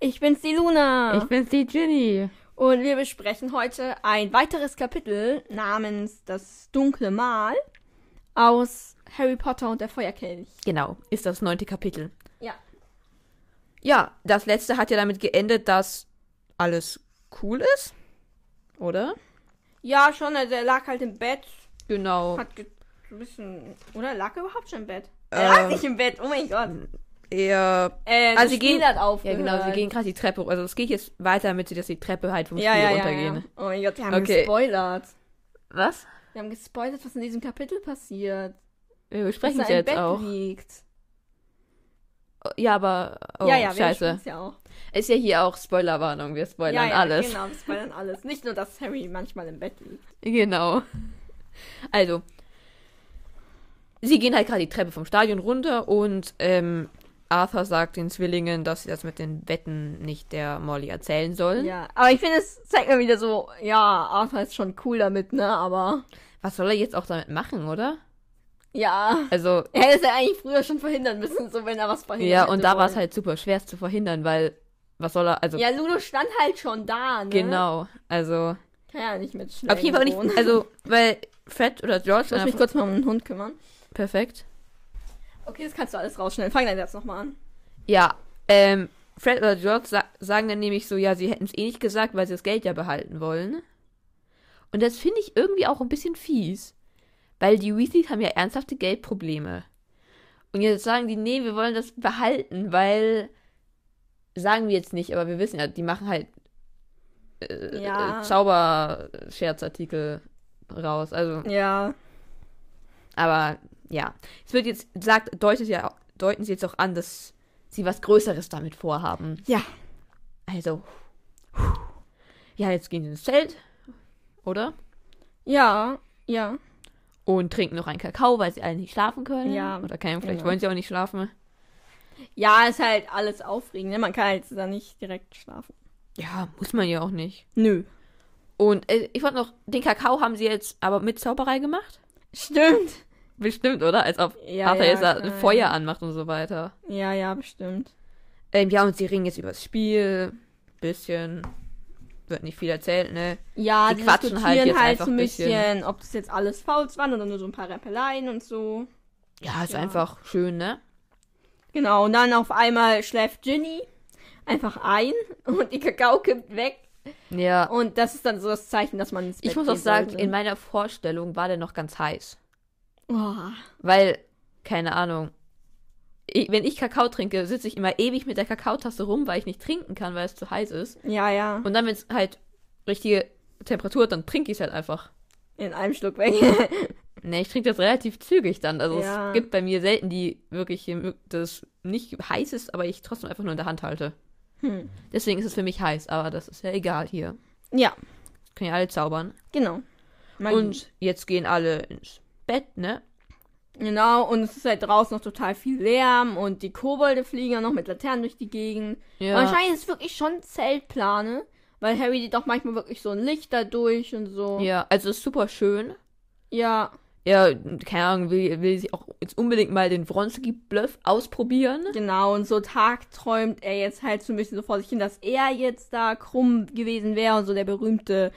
Ich bin's, die Luna. Ich bin's, die Ginny. Und wir besprechen heute ein weiteres Kapitel namens Das dunkle Mal aus Harry Potter und der Feuerkelch. Genau, ist das neunte Kapitel. Ja. Ja, das letzte hat ja damit geendet, dass alles cool ist. Oder? Ja, schon, also er lag halt im Bett, Genau. hat ge so ein bisschen, oder lag er überhaupt schon im Bett? Äh. Er lag nicht im Bett, oh mein Gott. Er Äh, Also das sie Spiel gehen- hat Ja, aufgehört. genau, sie gehen gerade die Treppe hoch. Also es geht jetzt weiter, damit sie dass die Treppe halt vom ja, Spiel ja, ja, runtergehen. ja. Oh mein Gott, wir haben Okay. gespoilert. Was? Wir haben gespoilert, was in diesem Kapitel passiert. Wir Dass besprechen er es im jetzt Bett auch. liegt. Ja, aber oh, ja, ja, wir scheiße. spielen's ja auch. Ist ja hier auch Spoilerwarnung, wir spoilern ja, ja, alles. Genau, wir spoilern alles. Nicht nur, dass Harry manchmal im Bett liegt. Genau. Also, sie gehen halt gerade die Treppe vom Stadion runter und ähm, Arthur sagt den Zwillingen, dass sie das mit den Wetten nicht der Molly erzählen sollen. Ja, aber ich finde, es zeigt mir wieder so, ja, Arthur ist schon cool damit, ne, aber Was soll er jetzt auch damit machen, oder? ja. Also, Er hätte es ja eigentlich früher schon verhindern müssen, so wenn er was verhindert ja, hätte und da war es wollen. halt super schwer zu verhindern, weil was soll er, also, Ja, Ludo stand halt schon da, ne? genau, also, Kann ja nicht mit auf jeden Fall nicht, also, weil Fred oder George, Ich muss mich einfach- kurz mal um den Hund kümmern. perfekt, Okay, das kannst du alles rausschneiden. Fang deinen Satz nochmal an. ja, ähm, Fred oder George sa sagen dann nämlich so, ja, sie hätten es eh nicht gesagt, weil sie das Geld ja behalten wollen. Und das finde ich irgendwie auch ein bisschen fies, weil die Weasleys haben ja ernsthafte Geldprobleme. Und jetzt sagen die, nee, wir wollen das behalten, weil, sagen wir jetzt nicht, aber wir wissen ja, die machen halt äh, Ja. Zauberscherzartikel raus, also... Ja. Aber ja, es wird jetzt sagt, deutet ja, deuten sie jetzt auch an, dass sie was Größeres damit vorhaben. Ja. Also, puh. ja, jetzt gehen sie ins Zelt, oder? Ja. Ja. Und trinken noch einen Kakao, weil sie alle nicht schlafen können. Ja. genau. Oder keinen, vielleicht Ja. wollen sie auch nicht schlafen. Ja, ist halt alles aufregend. Ne? Man kann halt da nicht direkt schlafen. Ja, muss man ja auch nicht. Nö. Und äh, ich wollte noch, den Kakao haben sie jetzt aber mit Zauberei gemacht? Stimmt. Bestimmt, oder? Als ob Ja, Arthur ja, jetzt da klar, Feuer ja. anmacht und so weiter. Ja, ja, bestimmt. Ähm, ja, und sie reden jetzt über das Spiel. Bisschen. Wird nicht viel erzählt, ne? Ja, Die die quatschen diskutieren halt halt, jetzt einfach so ein ein bisschen, bisschen. ob das jetzt alles Fouls waren oder nur so ein paar Rappeleien und so. Ja, ist Ja. einfach schön, ne? Genau, und dann auf einmal schläft Ginny einfach ein und die Kakao kippt weg. Ja. Und das ist dann so das Zeichen, dass man ins Bett Ich muss auch gehen sagen, sollte. in meiner Vorstellung war der noch ganz heiß. oh, Weil, keine Ahnung. Ich, wenn ich Kakao trinke, sitze ich immer ewig mit der Kakaotasse rum, weil ich nicht trinken kann, weil es zu heiß ist. Ja, ja, Und dann, wenn es halt richtige Temperatur hat, dann trinke ich es halt einfach. in einem Schluck weg. Ne, ich trinke das relativ zügig dann. Also Ja. es gibt bei mir selten die wirklich, die- das nicht heiß ist, aber ich trotzdem einfach nur in der Hand halte. Hm. Deswegen ist es für mich heiß, aber das ist ja egal hier. ja, Können ja alle zaubern. genau. Magie. Und jetzt gehen alle ins Bett, ne? Genau, und es ist halt draußen noch total viel Lärm und die Kobolde fliegen ja noch mit Laternen durch die Gegend. Ja. Wahrscheinlich ist es wirklich schon Zeltplane, weil Harry sieht auch manchmal wirklich so ein Licht da durch und so. Ja, also ist super schön. ja Ja, keine Ahnung, will, will sich auch jetzt unbedingt mal den Wronski-Bluff ausprobieren. genau, und so tagträumt er jetzt halt so ein bisschen so vor sich hin, dass er jetzt da krumm gewesen wäre und so der berühmte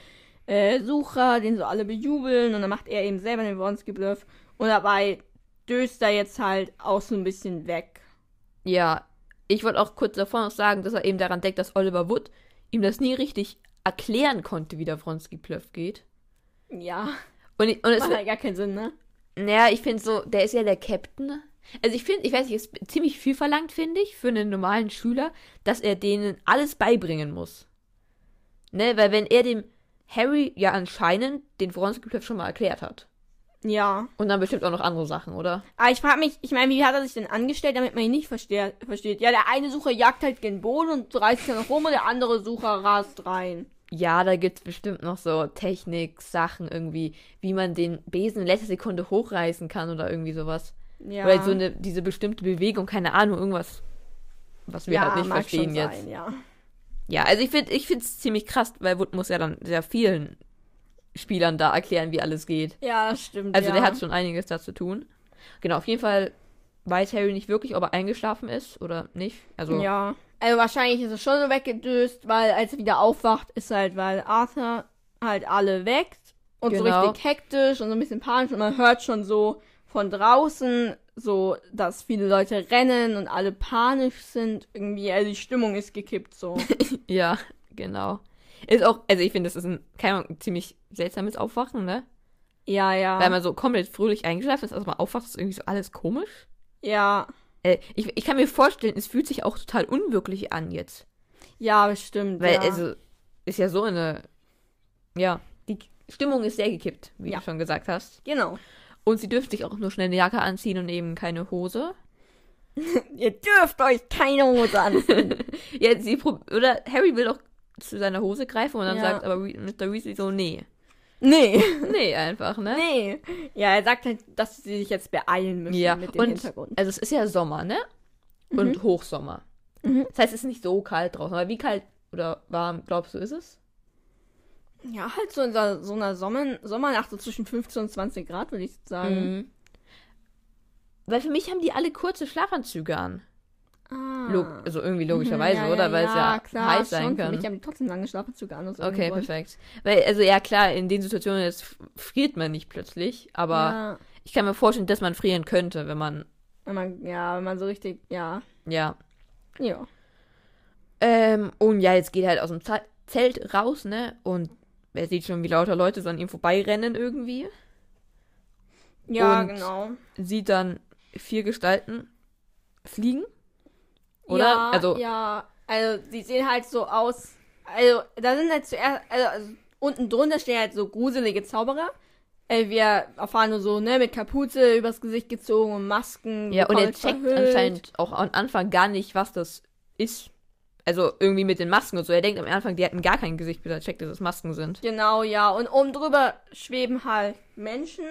äh, Sucher, den so alle bejubeln und dann macht er eben selber den Wronski-Bluff und dabei döst er jetzt halt auch so ein bisschen weg. Ja, ich wollte auch kurz davor noch sagen, dass er eben daran denkt, dass Oliver Wood ihm das nie richtig erklären konnte, wie der Wronski-Bluff geht. Ja, Und, ich- und es, macht halt gar keinen Sinn, ne? Naja, ich finde so, der ist ja der Captain. Also ich finde, ich weiß nicht, ist ziemlich viel verlangt, finde ich, für einen normalen Schüler, dass er denen alles beibringen muss. Ne, weil wenn er dem Harry ja anscheinend den Wronski-Bluff schon mal erklärt hat. Ja. Und dann bestimmt auch noch andere Sachen, oder? Aber ich frage mich, ich meine, wie hat er sich denn angestellt, damit man ihn nicht versteht, versteht? Ja, der eine Sucher jagt halt gen Boden und reißt ja noch rum und der andere Sucher rast rein. Ja, da gibt's bestimmt noch so Technik, Sachen irgendwie, wie man den Besen in letzter Sekunde hochreißen kann oder irgendwie sowas. Ja, Oder so eine, diese bestimmte Bewegung, keine Ahnung, irgendwas, was wir ja, halt nicht mag verstehen schon jetzt. Sein, ja. Ja, also ich finde ich find's ziemlich krass, weil Wood muss ja dann sehr vielen Spielern da erklären, wie alles geht. ja, das stimmt. Also ja. der hat schon einiges da zu tun. Genau, auf jeden Fall weiß Harry nicht wirklich, ob er eingeschlafen ist oder nicht. Also Ja, Also wahrscheinlich ist es schon so weggedöst, weil als er wieder aufwacht, ist halt, weil Arthur halt alle weckt und so Genau. richtig hektisch und so ein bisschen panisch und man hört schon so von draußen so, dass viele Leute rennen und alle panisch sind irgendwie. Also die Stimmung ist gekippt so. Ja, genau. Ist auch, also ich finde, das ist ein, keine Ahnung, ein ziemlich seltsames Aufwachen, ne? ja, ja. Weil man so komplett fröhlich eingeschlafen ist, also man aufwacht, ist irgendwie so alles komisch. ja. Äh, ich, ich kann mir vorstellen, es fühlt sich auch total unwirklich an jetzt. Ja, bestimmt. Weil, ja. also, ist ja so eine, ja, die Stimmung ist sehr gekippt, wie Ja. du schon gesagt hast. genau. Und sie dürfen sich auch nur schnell eine Jacke anziehen und eben keine Hose. Ihr dürft euch keine Hose anziehen. Ja, sie prob- oder Harry will doch zu seiner Hose greifen und dann Ja. sagt aber We- Mr. Weasley so, nee. nee. Nee, einfach, ne? Nee. Ja, er sagt halt, dass sie sich jetzt beeilen müssen Ja, mit dem und Hintergrund. also es ist ja Sommer, ne? Und Hochsommer. Mhm. Das heißt, es ist nicht so kalt draußen. Aber wie kalt oder warm, glaubst du, ist es? Ja, halt so in so, so einer Sommer Sommernacht, so zwischen 15 und 20 Grad, würde ich sagen. Mhm. Ähm, Weil für mich haben die alle kurze Schlafanzüge an. Ah. Hm, Log also irgendwie logischerweise, Ja, ja, oder? Weil es ja klar, heiß sein schon. Für kann. mich haben die trotzdem lange Schlafanzüge an. und so Okay, irgendwas. perfekt. Weil, also ja klar, in den Situationen jetzt f- friert man nicht plötzlich, aber Ja, ich kann mir vorstellen, dass man frieren könnte, wenn man, wenn man, ja, wenn man so richtig, ja. ja. Ja. Ähm, und ja, jetzt geht er halt aus dem Ze- Zelt raus, ne? Und er sieht schon, wie lauter Leute so an ihm vorbeirennen irgendwie. Ja, Und- genau. Sieht dann vier Gestalten fliegen. Oder? Ja, also, ja, also sie sehen halt so aus. Also da sind halt zuerst, also, also unten drunter stehen halt so gruselige Zauberer. Äh, wir erfahren nur so, ne, mit Kapuze übers Gesicht gezogen und Masken. ja, und er komplett checkt verhüllt. anscheinend auch am Anfang gar nicht, was das ist. Also irgendwie mit den Masken und so. Er denkt am Anfang, die hatten gar kein Gesicht, bis er checkt, dass es Masken sind. Genau, ja. Und oben drüber schweben halt Menschen,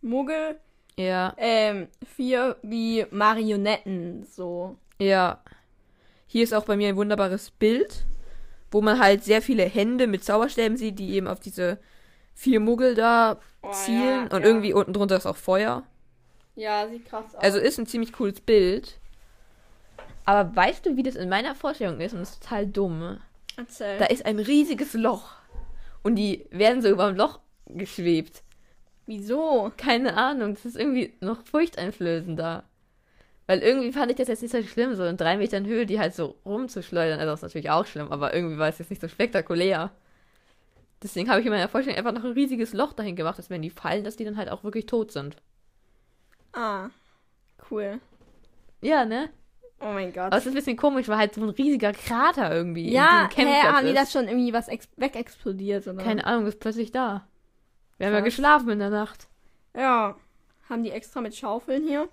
Muggel, Ja, ähm, vier wie Marionetten, so. ja. Hier ist auch bei mir ein wunderbares Bild, wo man halt sehr viele Hände mit Zauberstäben sieht, die eben auf diese vier Muggel da zielen. und irgendwie unten drunter ist auch Feuer. Ja, sieht krass aus. Also ist ein ziemlich cooles Bild. Aber weißt du, wie das in meiner Vorstellung ist? Und das ist total dumm. Erzähl. Da ist ein riesiges Loch. Und die werden so über dem Loch geschwebt. Wieso? Keine Ahnung, das ist irgendwie noch furchteinflößender. Weil irgendwie fand ich das jetzt nicht so schlimm, so in drei Metern Höhe die halt so rumzuschleudern. Also das ist natürlich auch schlimm, aber irgendwie war es jetzt nicht so spektakulär. Deswegen habe ich in meiner Vorstellung einfach noch ein riesiges Loch dahin gemacht, dass wenn die fallen, dass die dann halt auch wirklich tot sind. Ah, cool. Ja, ne? Oh mein Gott. Aber es ist ein bisschen komisch, weil halt so ein riesiger Krater irgendwie Ja, in diesem hä, Campplatz haben die ist. das schon irgendwie was ex wegexplodiert oder? Keine Ahnung, ist plötzlich da. Wir haben ja Krass. geschlafen in der Nacht. Ja, haben die extra mit Schaufeln hier?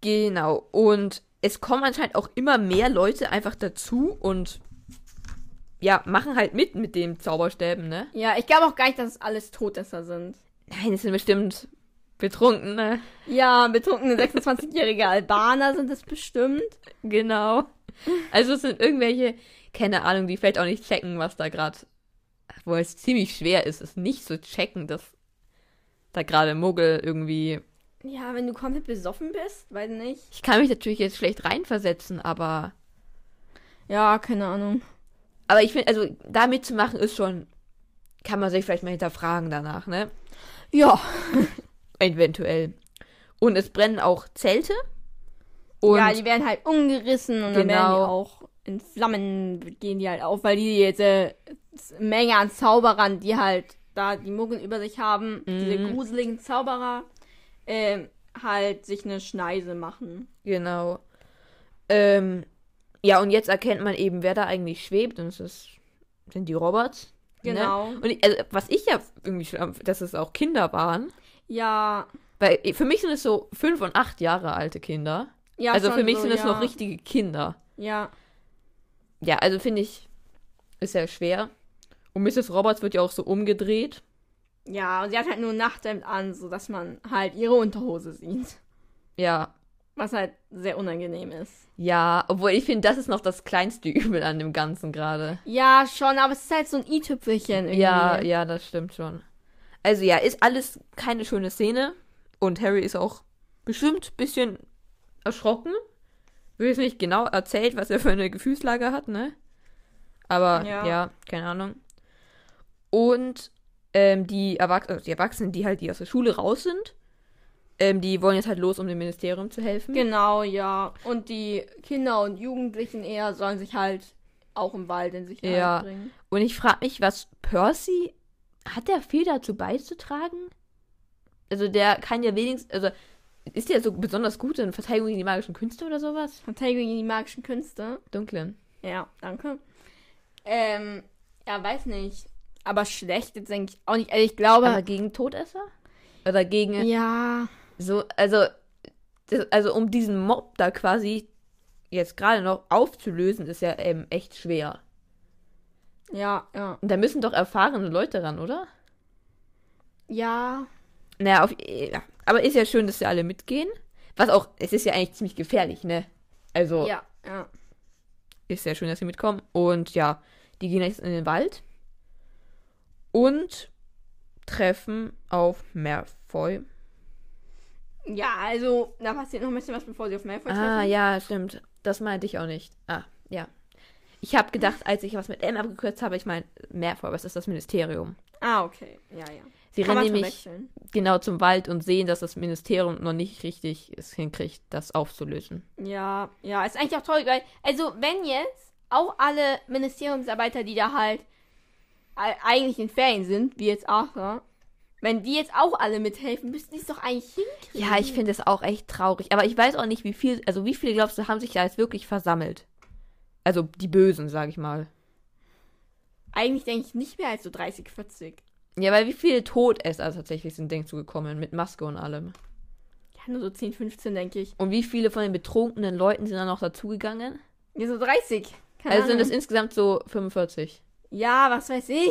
Genau. Und es kommen anscheinend auch immer mehr Leute einfach dazu und ja, machen halt mit mit dem Zauberstäben, ne? Ja, ich glaube auch gar nicht, dass es alles Todesser sind. Nein, es sind bestimmt ne? Betrunkene. Ja, betrunkene 26-jährige Albaner sind es bestimmt. Genau. Also es sind irgendwelche, keine Ahnung, die vielleicht auch nicht checken, was da gerade, wo es ziemlich schwer ist, es nicht zu checken, dass da gerade Muggel irgendwie Ja, wenn du komplett besoffen bist, weiß nicht. Ich kann mich natürlich jetzt schlecht reinversetzen, aber. Ja, keine Ahnung. Aber ich finde, also da mitzumachen ist schon. Kann man sich vielleicht mal hinterfragen danach, ne? Ja. Eventuell. Und es brennen auch Zelte. Und ja, die werden halt umgerissen und dann werden die Genau. auch in Flammen gehen die halt auf, weil die diese Menge an Zauberern, die halt da die Muggel über sich haben, diese Mhm. gruseligen Zauberer, ähm, halt sich eine Schneise machen. genau. Ähm, ja, und jetzt erkennt man eben, wer da eigentlich schwebt. Und es ist, sind die Robots. Genau. Ne? Und ich, also, was ich ja irgendwie schon, dass es auch Kinder waren. Ja, Weil äh, für mich sind es so fünf und acht Jahre alte Kinder. ja. also für schon mich so, sind es ja. noch richtige Kinder. Ja, Ja, also finde ich, ist ja schwer. Und Mrs. Roberts wird ja auch so umgedreht. ja. Und sie hat halt nur ein Nachthemd an, so dass man halt ihre Unterhose sieht, Ja, was halt sehr unangenehm ist. ja, obwohl ich finde, das ist noch das kleinste Übel an dem Ganzen gerade. Ja, schon, aber es ist halt so ein i-Tüpfelchen irgendwie. Ja, ja, das stimmt schon. Also ja, ist alles keine schöne Szene. Und Harry ist auch bestimmt ein bisschen erschrocken, wird jetzt nicht genau erzählt, was er für eine Gefühlslage hat, ne? Aber ja, Ja. keine Ahnung. Und ähm, die, Erwach also die Erwachsenen, die halt die aus der Schule raus sind, ähm, die wollen jetzt halt los, um dem Ministerium zu helfen. Genau, ja. Und die Kinder und Jugendlichen eher sollen sich halt auch im Wald in Sicherheit Ja. bringen. Und ich frage mich, was Percy, hat der viel dazu beizutragen? Also der kann ja wenigstens, also ist der so besonders gut in Verteidigung gegen die magischen Künste oder sowas? Verteidigung gegen die magischen Künste. Dunkle. Ja, danke. Ähm, ja, weiß nicht. Aber schlecht jetzt denke ich auch nicht. Also Ich glaube, Aber gegen Todesser? Oder gegen ja. so, also, das, also um diesen Mob da quasi jetzt gerade noch aufzulösen, ist ja ähm, echt schwer. Ja, ja. Und da müssen doch erfahrene Leute ran, oder? Ja. Naja, auf, äh, ja. aber ist ja schön, dass sie alle mitgehen. Was auch, es ist ja eigentlich ziemlich gefährlich, ne? Also, Ja, ja. ist sehr schön, dass sie mitkommen. Und ja, die gehen jetzt in den Wald und treffen auf Malfoy. Ja, also, da passiert noch ein bisschen was, bevor sie auf Malfoy treffen. Ah, ja, stimmt. Das meinte ich auch nicht. Ah, ja. Ich habe gedacht, als ich was mit M abgekürzt habe, ich meine Malfoy, was ist das Ministerium? Ah, okay. Ja, ja. Sie Kann man rennen nämlich verwechseln. genau zum Wald und sehen, dass das Ministerium noch nicht richtig es hinkriegt, das aufzulösen. Ja, ja, ist eigentlich auch toll, weil, also wenn jetzt auch alle Ministeriumsarbeiter, die da halt all- eigentlich in Ferien sind, wie jetzt Arthur, wenn die jetzt auch alle mithelfen, müssten die es doch eigentlich hinkriegen. Ja, ich finde es auch echt traurig. Aber ich weiß auch nicht, wie viel, also wie viele glaubst du, haben sich da jetzt wirklich versammelt? Also die Bösen, sag ich mal. Eigentlich denke ich nicht mehr als so 30, 40. Ja, weil wie viele Todesser tatsächlich sind, denkst du, gekommen? Mit Maske und allem. Ja, nur so 10, 15, denke ich. Und wie viele von den betrunkenen Leuten sind dann noch dazugegangen? Ja, so 30. Keine Also sind Ahnung. es insgesamt so 45. ja, was weiß ich.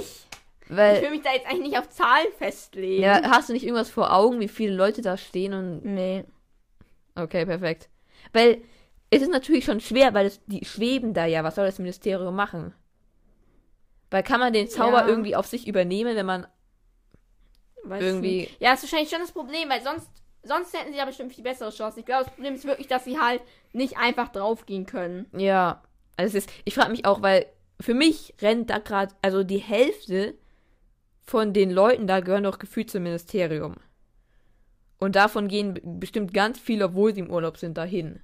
Ich Weil, will mich da jetzt eigentlich nicht auf Zahlen festlegen. Äh, ja, hast du nicht irgendwas vor Augen, wie viele Leute da stehen und... Nee. Okay, perfekt. Weil es ist natürlich schon schwer, weil es, die schweben da ja. Was soll das Ministerium machen? Weil kann man den Zauber Ja. irgendwie auf sich übernehmen, wenn man... Weiß Irgendwie- Ich nicht. Ja, ist wahrscheinlich schon das Problem, weil sonst, sonst hätten sie ja bestimmt viel bessere Chancen. Ich glaube, das Problem ist wirklich, dass sie halt nicht einfach draufgehen können. Ja, also es ist... Ich frage mich auch, weil für mich rennt da gerade... Also die Hälfte von den Leuten da gehören doch gefühlt zum Ministerium. Und davon gehen b- bestimmt ganz viele, obwohl sie im Urlaub sind, dahin.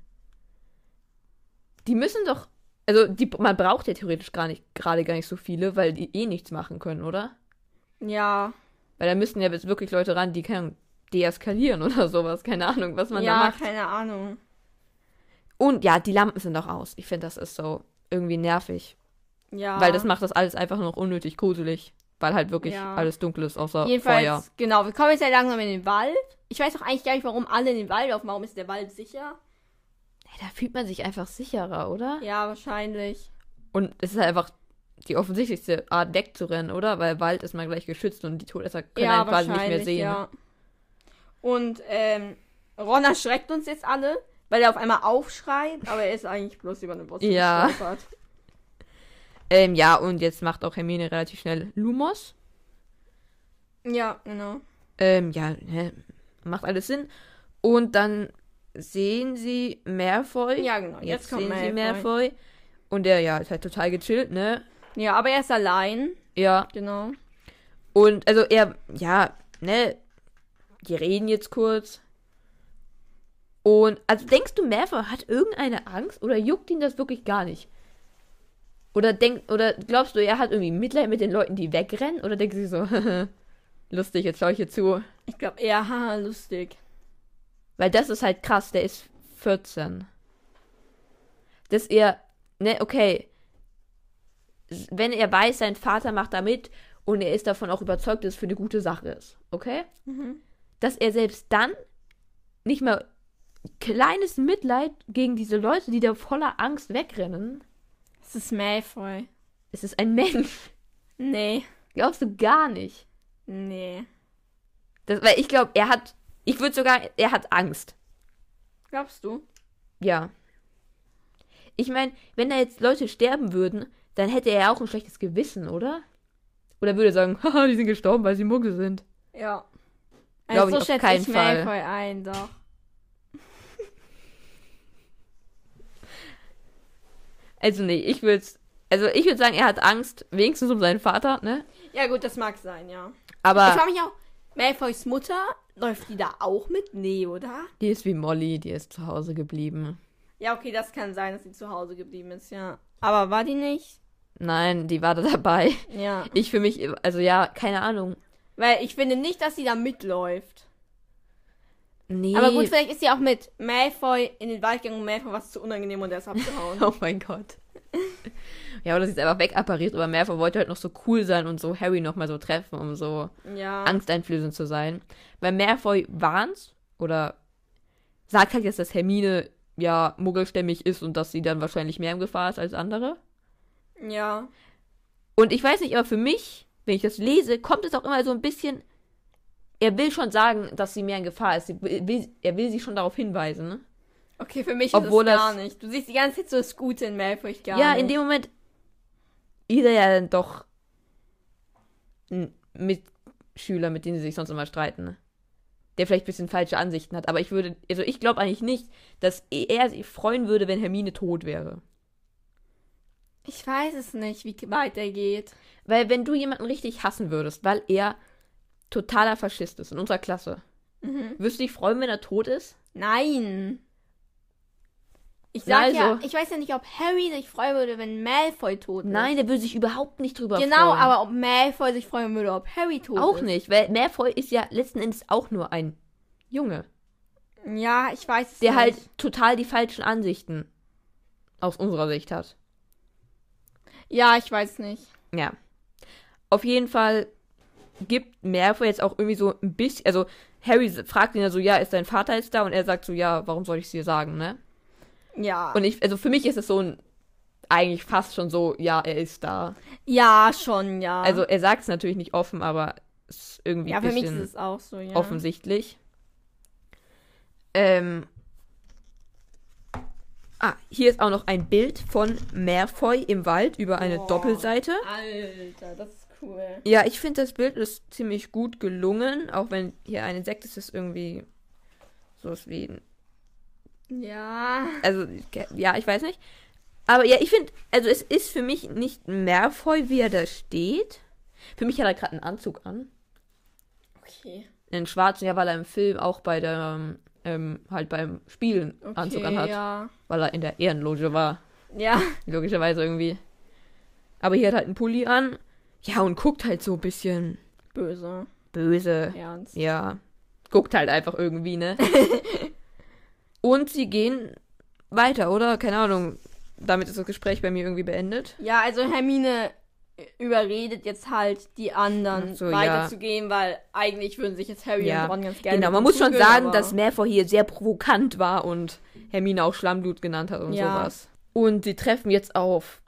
Die müssen doch... Also die, man braucht ja theoretisch gar nicht, gerade gar nicht so viele, weil die eh nichts machen können, oder? Ja, Weil da müssen ja jetzt wirklich Leute ran, die können deeskalieren oder sowas. Keine Ahnung, was man da ja, macht. keine Ahnung. Und ja, die Lampen sind auch aus. Ich finde, das ist so irgendwie nervig. Ja. Weil das macht das alles einfach noch unnötig gruselig. Weil halt wirklich Ja. alles dunkel ist, außer Jedenfalls, Feuer. genau, wir kommen jetzt ja langsam in den Wald. Ich weiß auch eigentlich gar nicht, warum alle in den Wald laufen. Warum ist der Wald sicher? Hey, da fühlt man sich einfach sicherer, oder? Ja, wahrscheinlich. Und es ist halt einfach die offensichtlichste Art, wegzurennen, oder? Weil Wald ist man gleich geschützt und die Todesser können ja, einen quasi nicht mehr sehen. ja. Und ähm, Ron erschreckt uns jetzt alle, weil er auf einmal aufschreit, aber er ist eigentlich bloß über eine Wurzel Ja. gestolpert. Ähm, ja, und jetzt macht auch Hermine relativ schnell Lumos. Ja, genau. Ähm, ja, ne, macht alles Sinn. Und dann sehen sie Malfoy. Ja, genau. Jetzt, Jetzt, kommt sehen sie Malfoy. Malfoy. Und der, ja, ist halt total gechillt, ne? Ja, aber er ist allein. Ja. Genau. Und, also er, ja, ne? Die reden jetzt kurz. Und, also denkst du, Malfoy hat irgendeine Angst oder juckt ihn das wirklich gar nicht? Oder denk, oder glaubst du, er hat irgendwie Mitleid mit den Leuten, die wegrennen? Oder denkst du so, lustig, jetzt schaue ich hier zu. Ich glaube, er, haha, lustig. Weil das ist halt krass, der ist 14. Dass er, ne, okay. S- Wenn er weiß, sein Vater macht da mit und er ist davon auch überzeugt, dass es für eine gute Sache ist, okay? Mhm. Dass er selbst dann nicht mal kleines Mitleid gegen diese Leute, die da voller Angst wegrennen. Es ist Malfoy. Es ist ein Mensch. Nee. Glaubst du gar nicht. Nee. Das, weil ich glaube, er hat, ich würde sogar, er hat Angst. Glaubst du? Ja. Ich meine, wenn da jetzt Leute sterben würden, dann hätte er ja auch ein schlechtes Gewissen, oder? Oder würde er sagen, haha, die sind gestorben, weil sie Muggel sind. Ja. Glaub Also ich so auf schätze keinen ich Fall. Malfoy ein, doch. Also nee, ich würde also ich würde sagen, er hat Angst, wenigstens um seinen Vater, ne? Ja, gut, das mag sein, ja. Ich Aber frage mich auch, Malfoys Mutter, läuft die da auch mit? Nee, oder? die ist wie Molly, die ist zu Hause geblieben. Ja, okay, das kann sein, dass sie zu Hause geblieben ist, ja. Aber war die nicht? Nein, die war da dabei. Ja. Ich für mich, also ja, keine Ahnung. Weil ich finde nicht, dass sie da mitläuft. Nee. Aber gut, vielleicht ist sie auch mit Malfoy in den Wald gegangen und Malfoy was zu unangenehm und er ist abgehauen. Oh mein Gott. Ja, oder sie ist einfach wegappariert, aber Merfer wollte halt noch so cool sein und so Harry nochmal so treffen, um so ja. angsteinflößend zu sein. Weil Malfoy warnt oder sagt halt jetzt, dass Hermine ja muggelstämmig ist und dass sie dann wahrscheinlich mehr in Gefahr ist als andere. Ja. Und ich weiß nicht, aber für mich, wenn ich das lese, kommt es auch immer so ein bisschen. Er will schon sagen, dass sie mehr in Gefahr ist. Sie will, er will sie schon darauf hinweisen. Ne? Okay, für mich Obwohl ist es das- gar nicht. Du siehst die ganze Zeit so das Gute in Malfoy gar Ja, nicht. in dem Moment ist er ja dann doch ein Mitschüler, mit denen sie sich sonst immer streiten. ne? Der vielleicht ein bisschen falsche Ansichten hat. Aber ich würde, also ich glaube eigentlich nicht, dass er sich freuen würde, wenn Hermine tot wäre. Ich weiß es nicht, wie weit er geht. Weil wenn du jemanden richtig hassen würdest, weil er totaler Faschist ist in unserer Klasse, Mhm. würdest du dich freuen, wenn er tot ist? Nein. Ich Na sag ja, also. ich weiß ja nicht, ob Harry sich freuen würde, wenn Malfoy tot ist. Nein, der würde sich überhaupt nicht drüber Genau, freuen. aber ob Malfoy sich freuen würde, ob Harry tot auch ist. nicht, weil Malfoy ist ja letzten Endes auch nur ein Junge. Ja, ich weiß es der nicht. halt total die falschen Ansichten aus unserer Sicht hat. Ja, ich weiß nicht. Ja. Auf jeden Fall gibt Malfoy jetzt auch irgendwie so ein bisschen, also Harry s- fragt ihn ja so, ja, ist dein Vater jetzt da? Und er sagt so, ja, warum soll ich es dir sagen, ne? Ja. Und ich, also für mich ist es so ein, eigentlich fast schon so, ja, er ist da. ja, schon, ja. Also er sagt es natürlich nicht offen, aber es ist irgendwie Ah. ja, ein für mich bisschen ist es auch so, ja. offensichtlich. Ähm. Ah, hier ist auch noch ein Bild von Malfoy im Wald über eine Boah. Doppelseite. Alter, das ist cool. Ja, ich finde das Bild ist ziemlich gut gelungen, auch wenn hier ein Insekt ist, das irgendwie so ist wie ein Ja. also ja, ich weiß nicht. Aber ja, ich finde, also es ist für mich nicht Malfoy, wie er da steht. Für mich hat er gerade einen Anzug an. Okay. einen schwarzen, ja, weil er im Film auch bei der, ähm, halt beim Spielen okay Anzug anhat. Ja. Weil er in der Ehrenloge war. ja. Logischerweise irgendwie. Aber hier hat er halt einen Pulli an. Ja, und guckt halt so ein bisschen Böse. böse. Ernst. Ja. Guckt halt einfach irgendwie, ne? und sie gehen weiter, oder? Keine Ahnung. Damit ist das Gespräch bei mir irgendwie beendet. Ja, also Hermine äh, überredet jetzt halt die anderen Ach so, weiterzugehen, weil eigentlich würden sich jetzt Harry Ja. und Ron ganz gerne. Genau, mit man muss schon prügeln, sagen, aber- dass Malfoy hier sehr provokant war und Hermine auch Schlammblut genannt hat und Ja. sowas. Und sie treffen jetzt auf,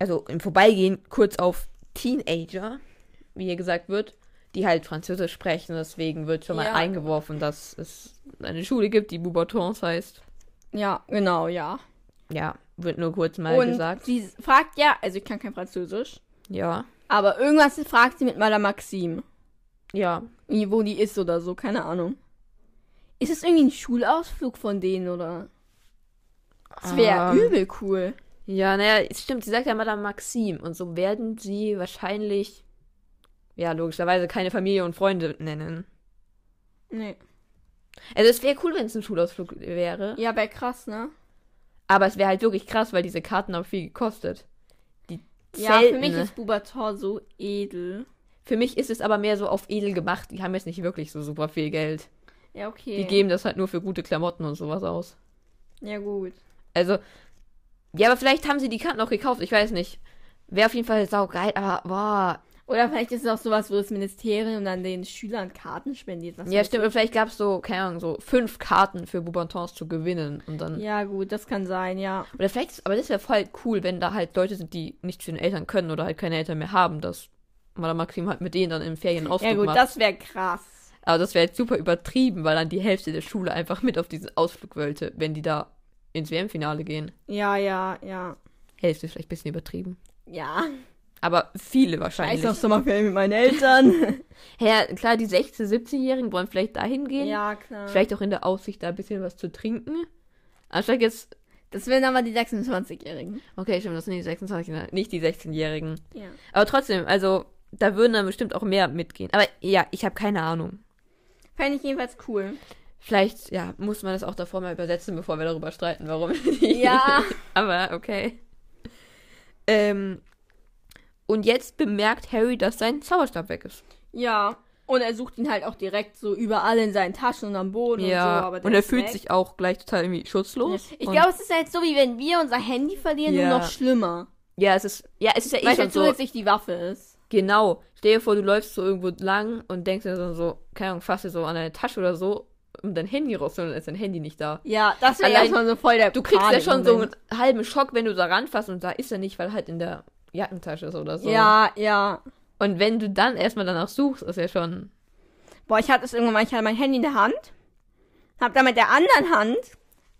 also im Vorbeigehen kurz auf Teenager, wie hier gesagt wird, die halt Französisch sprechen. Deswegen wird schon Ja. mal eingeworfen, dass es eine Schule gibt, die Boubatons heißt. Ja, genau, ja. Ja, wird nur kurz mal und gesagt. sie fragt ja, also ich kann kein Französisch, Ja, aber irgendwas fragt sie mit Madame Maxime, ja. wie- wo die ist oder so, keine Ahnung. Ist es irgendwie ein Schulausflug von denen oder? Das wäre Ähm, übel cool. Ja, naja, es stimmt, sie sagt ja Madame Maxim und so werden sie wahrscheinlich, ja, logischerweise keine Familie und Freunde nennen. Nee. Also es wäre cool, wenn es ein Schulausflug wäre. Ja, wäre krass, ne? Aber es wäre halt wirklich krass, weil diese Karten haben viel gekostet. Die Ja, seltene. für mich ist Bubator so edel. für mich ist es aber mehr so auf edel gemacht. Die haben jetzt nicht wirklich so super viel Geld. Ja, okay. Die geben das halt nur für gute Klamotten und sowas aus. ja, gut. Also, ja, aber vielleicht haben sie die Karten auch gekauft. Ich weiß nicht. Wäre auf jeden Fall saugeil, aber boah. Oder vielleicht ist es auch sowas, wo das Ministerium dann den Schülern Karten spendiert. Was Ja, weiß stimmt. Und vielleicht gab es so, keine Ahnung, so fünf Karten für Boubantons zu gewinnen. Und ich. dann. Ja, gut, das kann sein, ja. Oder vielleicht, ist- aber das wäre voll cool, wenn da halt Leute sind, die nicht zu den Eltern können oder halt keine Eltern mehr haben, dass Madame Maxim halt mit denen dann in Ferien Ausflug ja, gut, macht. das wäre krass. aber das wäre jetzt super übertrieben, weil dann die Hälfte der Schule einfach mit auf diesen Ausflug wollte, wenn die da ins WM-Finale gehen. Ja, ja, ja. Hälfte ist vielleicht ein bisschen übertrieben. Ja. Aber viele Scheiß wahrscheinlich. auf Sommerferien mit meinen Eltern. Ja, klar, die 16-, 17-Jährigen wollen vielleicht dahin gehen. ja, klar. Vielleicht auch in der Aussicht, da ein bisschen was zu trinken. Anstatt jetzt Das wären aber die 26-Jährigen. Okay, stimmt, das sind die 26, nicht die 16-Jährigen. Ja. Aber trotzdem, also da würden dann bestimmt auch mehr mitgehen. Aber ja, ich habe keine Ahnung. Fände ich jedenfalls cool. Vielleicht, ja, muss man das auch davor mal übersetzen, bevor wir darüber streiten, warum. die- Ja. Aber okay. Ähm, und jetzt bemerkt Harry, dass sein Zauberstab weg ist. Ja. Und er sucht ihn halt auch direkt so überall in seinen Taschen und am Boden und so. ja, Aber der und er ist fühlt weg. sich auch gleich total irgendwie schutzlos. Ich und, glaube, es ist halt so, wie wenn wir unser Handy verlieren, Ja. nur noch schlimmer. Ja, es ist, ja, es ist ja eh Weil es schon halt so. zusätzlich die Waffe ist. Genau. Stell dir vor, du läufst so irgendwo lang und denkst dir so, so keine Ahnung, fasst dir so an deine Tasche oder so, um dein Handy rauszuholen, dann ist dein Handy nicht da. Ja, das wäre ja Allein- schon so voll der Du kriegst ja schon so Panikmoment. einen halben Schock, wenn du da ranfasst und da ist er nicht, weil halt in der Jackentasche ist oder so. Ja, ja. Und wenn du dann erstmal danach suchst, ist ja schon. Boah, ich hatte es irgendwann mal, ich hatte mein Handy in der Hand, hab dann mit der anderen Hand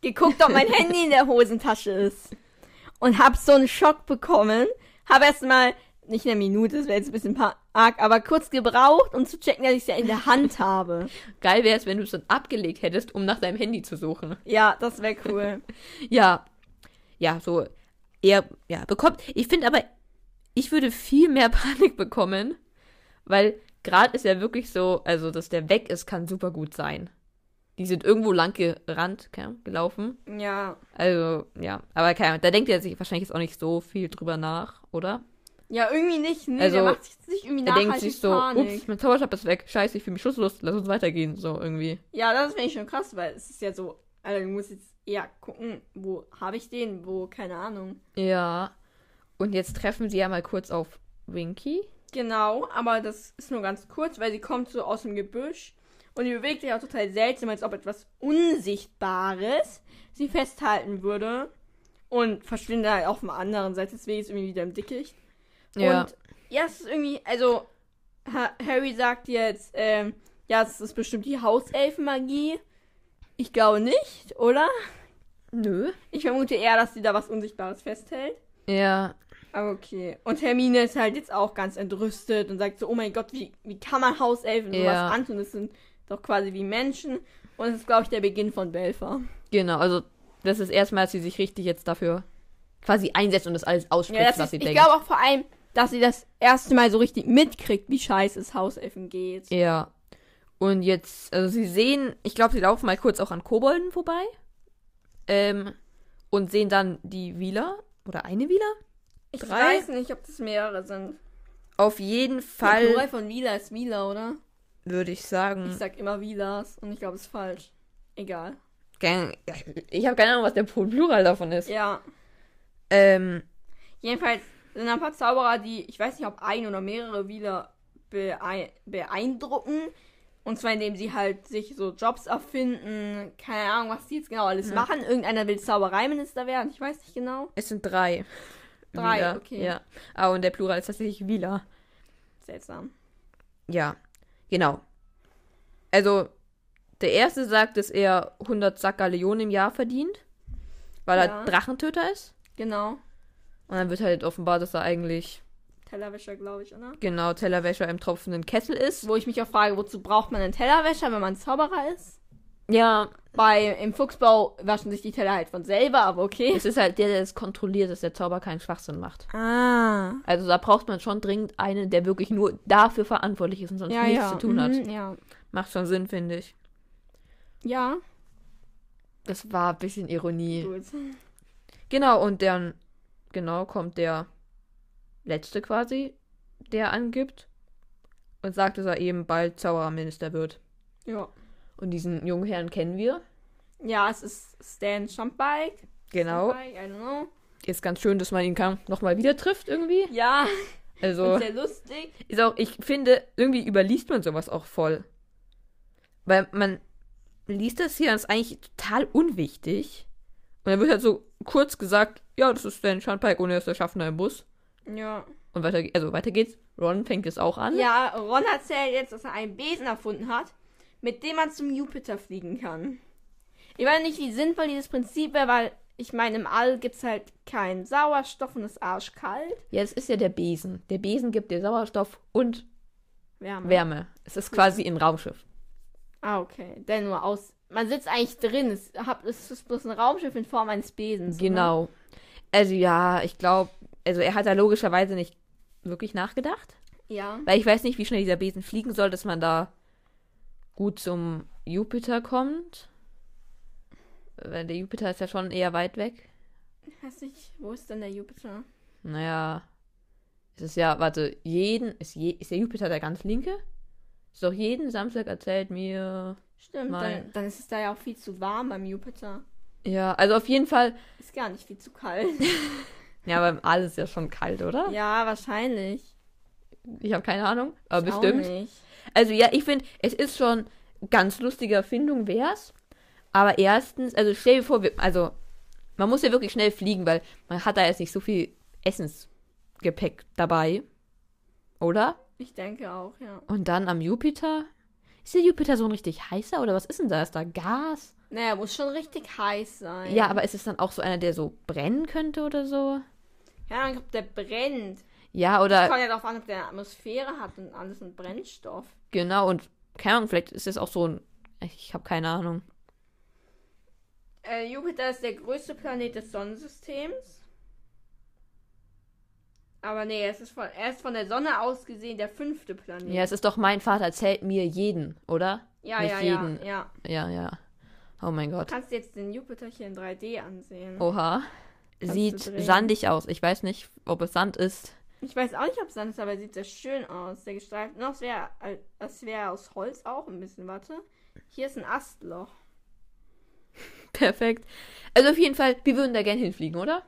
geguckt, ob mein Handy in der Hosentasche ist. Und hab so einen Schock bekommen. Hab erstmal, nicht eine Minute, das wäre jetzt ein bisschen pa- arg, aber kurz gebraucht, um zu checken, dass ich es ja in der Hand habe. Geil wäre es, wenn du es dann abgelegt hättest, um nach deinem Handy zu suchen. Ja, das wäre cool. Ja. Ja, so. Er ja, bekommt. Ich finde aber, ich würde viel mehr Panik bekommen, weil gerade ist ja wirklich so, also dass der weg ist, kann super gut sein. Die sind irgendwo lang gerannt, keine Ahnung, gelaufen. Ja. Also, ja. Aber keine Ahnung, da denkt er sich wahrscheinlich jetzt auch nicht so viel drüber nach, oder? Ja, irgendwie nicht, ne? Also, der macht sich nicht irgendwie Er nachhaltig denkt sich so, Panik. ups, mein Zauberstab ist weg, scheiße, ich fühle mich schutzlos, lass uns weitergehen, so irgendwie. Ja, das finde ich schon krass, weil es ist ja so, also du musst jetzt eher gucken, wo habe ich den, wo, keine Ahnung. Ja. Und jetzt treffen sie ja mal kurz auf Winky. Genau, aber das ist nur ganz kurz, weil sie kommt so aus dem Gebüsch und die bewegt sich auch total seltsam, als ob etwas Unsichtbares sie festhalten würde und verschwindet halt auf der anderen Seite des Weges irgendwie wieder im Dickicht. Und ja, es ist irgendwie, also ha Harry sagt jetzt, ähm, ja, es ist bestimmt die Hauselfenmagie. Ich glaube nicht, oder? Nö. Ich vermute eher, dass sie da was Unsichtbares festhält. Ja, Aber Ah, okay. Und Hermine ist halt jetzt auch ganz entrüstet und sagt so, oh mein Gott, wie, wie kann man Hauselfen sowas Ja. antun? Das sind doch quasi wie Menschen. Und das ist, glaube ich, der Beginn von Belfer. Genau, also das ist erstmal, dass sie sich richtig jetzt dafür quasi einsetzt und das alles ausspricht, Ja, das was ist, sie ich denkt. glaube auch vor allem, dass sie das erste Mal so richtig mitkriegt, wie scheiße es Hauselfen geht. ja. Und jetzt, also sie sehen, ich glaube, sie laufen mal kurz auch an Kobolden vorbei. Ähm, und sehen dann die Wieler oder eine Wieler. Ich Drei? weiß nicht, ob das mehrere sind. Auf jeden Der Fall Plural von Lila ist Wieler, oder? würde ich sagen. Ich sag immer Wielers und ich glaube, es ist falsch. Egal. Keine- Ich habe keine Ahnung, was der Plural davon ist. Ja. Ähm, Jedenfalls sind ein paar Zauberer, die, ich weiß nicht, ob ein oder mehrere Wieler beei- beeindrucken. Und zwar indem sie halt sich so Jobs erfinden. Keine Ahnung, was die jetzt genau alles machen. Irgendeiner will Zaubereiminister werden. Ich weiß nicht genau. es sind drei. Drei, Wieler, okay. Ja. Ah, und der Plural ist tatsächlich Wieler. Seltsam. Ja, genau. Also, der erste sagt, dass er 100 Sackerleonen im Jahr verdient, weil Ja. er Drachentöter ist. Genau. Und dann wird halt offenbar, dass er eigentlich Tellerwäscher, glaube ich, oder? genau Tellerwäscher im tropfenden Kessel ist. Wo ich mich auch frage, wozu braucht man einen Tellerwäscher, wenn man Zauberer ist? Ja, Bei, im Fuchsbau waschen sich die Teller halt von selber, aber okay. es ist halt der, der es kontrolliert, dass der Zauber keinen Schwachsinn macht. Ah. Also da braucht man schon dringend einen, der wirklich nur dafür verantwortlich ist und sonst Ja, nichts ja. zu tun hat. Mhm, ja. Macht schon Sinn, finde ich. Ja. Das war ein bisschen Ironie. Gut. Genau, und dann, genau, kommt der Letzte quasi, der angibt und sagt, dass er eben bald Zaubererminister wird. Ja. Und diesen jungen Herrn kennen wir. Ja, es ist Stan Schumpike. Genau. Schumpike, I don't know. Ist ganz schön, dass man ihn kann, nochmal wieder trifft irgendwie. Ja, Also, sehr lustig. ist auch, ich finde, irgendwie überliest man sowas auch voll. Weil man liest das hier, das ist eigentlich total unwichtig. Und dann wird halt so kurz gesagt, ja, das ist der Schandpike und er ist der Schaffner im Bus. Ja. Und weiter, ge- also weiter geht's. Ron fängt es auch an. Ja, Ron erzählt jetzt, dass er einen Besen erfunden hat, mit dem man zum Jupiter fliegen kann. Ich weiß nicht, wie sinnvoll dieses Prinzip wäre, weil ich meine, im All gibt es halt keinen Sauerstoff und ist arschkalt. Ja, es ist ja der Besen. Der Besen gibt dir Sauerstoff und Wärme. Wärme. Es ist quasi ein Raumschiff. Ah, okay. Denn nur aus. Man sitzt eigentlich drin. Es, hab, es ist bloß ein Raumschiff in Form eines Besens. oder? Genau. Also ja, ich glaube, also er hat da logischerweise nicht wirklich nachgedacht. Ja. Weil ich weiß nicht, wie schnell dieser Besen fliegen soll, dass man da gut zum Jupiter kommt. Weil der Jupiter ist ja schon eher weit weg. Ich weiß nicht, wo ist denn der Jupiter? Naja. Es ist ja, warte, jeden. Ist, je, ist der Jupiter der ganz linke? Ist doch jeden Samstag erzählt mir. Stimmt, Nein. dann, dann ist es da ja auch viel zu warm beim Jupiter. Ja, also auf jeden Fall. Ist gar nicht viel zu kalt. Ja, aber alles ist ja schon kalt, oder? ja, wahrscheinlich. Ich habe keine Ahnung. Aber Ich auch bestimmt. nicht. Also ja, ich finde, es ist schon ganz lustige Erfindung, wär's. Aber erstens, also stell dir vor, wir, also man muss ja wirklich schnell fliegen, weil man hat da jetzt nicht so viel Essensgepäck dabei, oder? Ich denke auch, ja. Und dann am Jupiter. Ist der Jupiter so ein richtig heißer oder was ist denn da? Ist da Gas? Naja, muss schon richtig heiß sein. Ja, aber ist es dann auch so einer, der so brennen könnte oder so? Ja, dann kommt der brennt. Ja, oder Kommt ja darauf an, ob der eine Atmosphäre hat und alles ein Brennstoff. genau und keine Ahnung, vielleicht ist es auch so ein ich habe keine Ahnung. Äh, Jupiter ist der größte Planet des Sonnensystems. Aber nee, es ist von, er ist von der Sonne aus gesehen der fünfte Planet. Ja, es ist doch mein Vater erzählt mir jeden, oder? ja, nicht ja, jeden. ja, ja. Ja, ja. Oh mein Du Gott. kannst jetzt den Jupiter hier in 3D ansehen. Oha. Kannst Sieht du drehen. sandig aus. Ich weiß nicht, ob es Sand ist. Ich weiß auch nicht, ob es Sand ist, aber er sieht sehr schön aus. Der gestreift. Noch es wäre als wäre aus Holz auch ein bisschen. Warte. Hier ist ein Astloch. Perfekt. Also auf jeden Fall, wir würden da gern hinfliegen, oder?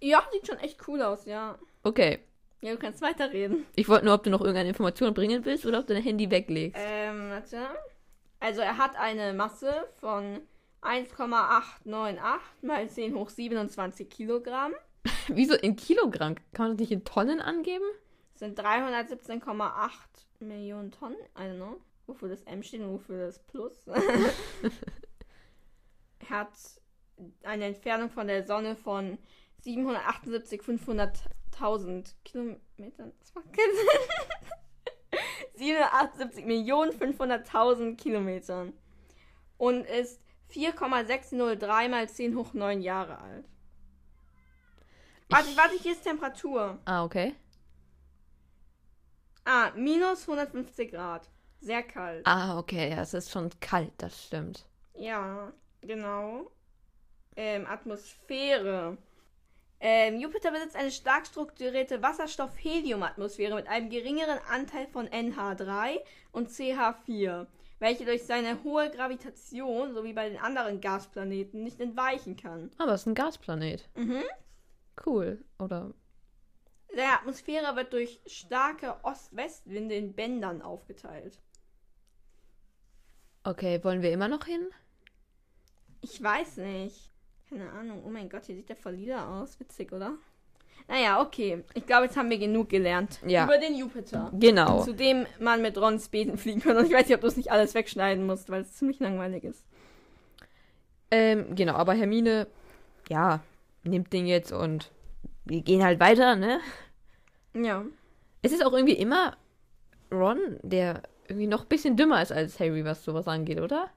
Ja, sieht schon echt cool aus, ja. Okay. Ja, du kannst weiterreden. Ich wollte nur, ob du noch irgendeine Information bringen willst oder ob du dein Handy weglegst. Ähm, warte. Also er hat eine Masse von 1,898 mal 10 hoch 27 Kilogramm. Wieso in Kilogramm? Kann man das nicht in Tonnen angeben? Das sind 317,8 Millionen Tonnen. I don't know. Wofür das M steht und wofür das Plus. er hat eine Entfernung von der Sonne von 778, 500.000 Kilometern. Das macht keinen Sinn. 778 Millionen 500.000 Kilometern. Und ist 4,603 mal 10 hoch 9 Jahre alt. Warte, Ich- warte, hier ist Temperatur. Ah, okay. Ah, minus 150 Grad. Sehr kalt. Ah, okay. Ja, es ist schon kalt, das stimmt. Ja, genau. Ähm, Atmosphäre. Ähm, Jupiter besitzt eine stark strukturierte Wasserstoff-Helium-Atmosphäre mit einem geringeren Anteil von NH3 und CH4, welche durch seine hohe Gravitation sowie bei den anderen Gasplaneten nicht entweichen kann. Aber es ist ein Gasplanet. Mhm. Cool. Oder. Seine Atmosphäre wird durch starke Ost-West-Winde in Bändern aufgeteilt. Okay, wollen wir immer noch hin? Ich weiß nicht. Keine Ahnung. Oh mein Gott, hier sieht der voll lila aus. Witzig, oder? Naja, okay. Ich glaube, jetzt haben wir genug gelernt. Ja. Über den Jupiter. Genau. Zu dem man mit Rons Beten fliegen kann. Und ich weiß nicht, ob du es nicht alles wegschneiden musst, weil es ziemlich langweilig ist. Ähm, genau, aber Hermine, ja, nimmt den jetzt und wir gehen halt weiter, ne? Ja. Es ist auch irgendwie immer Ron, der irgendwie noch ein bisschen dümmer ist als Harry, was sowas angeht, oder?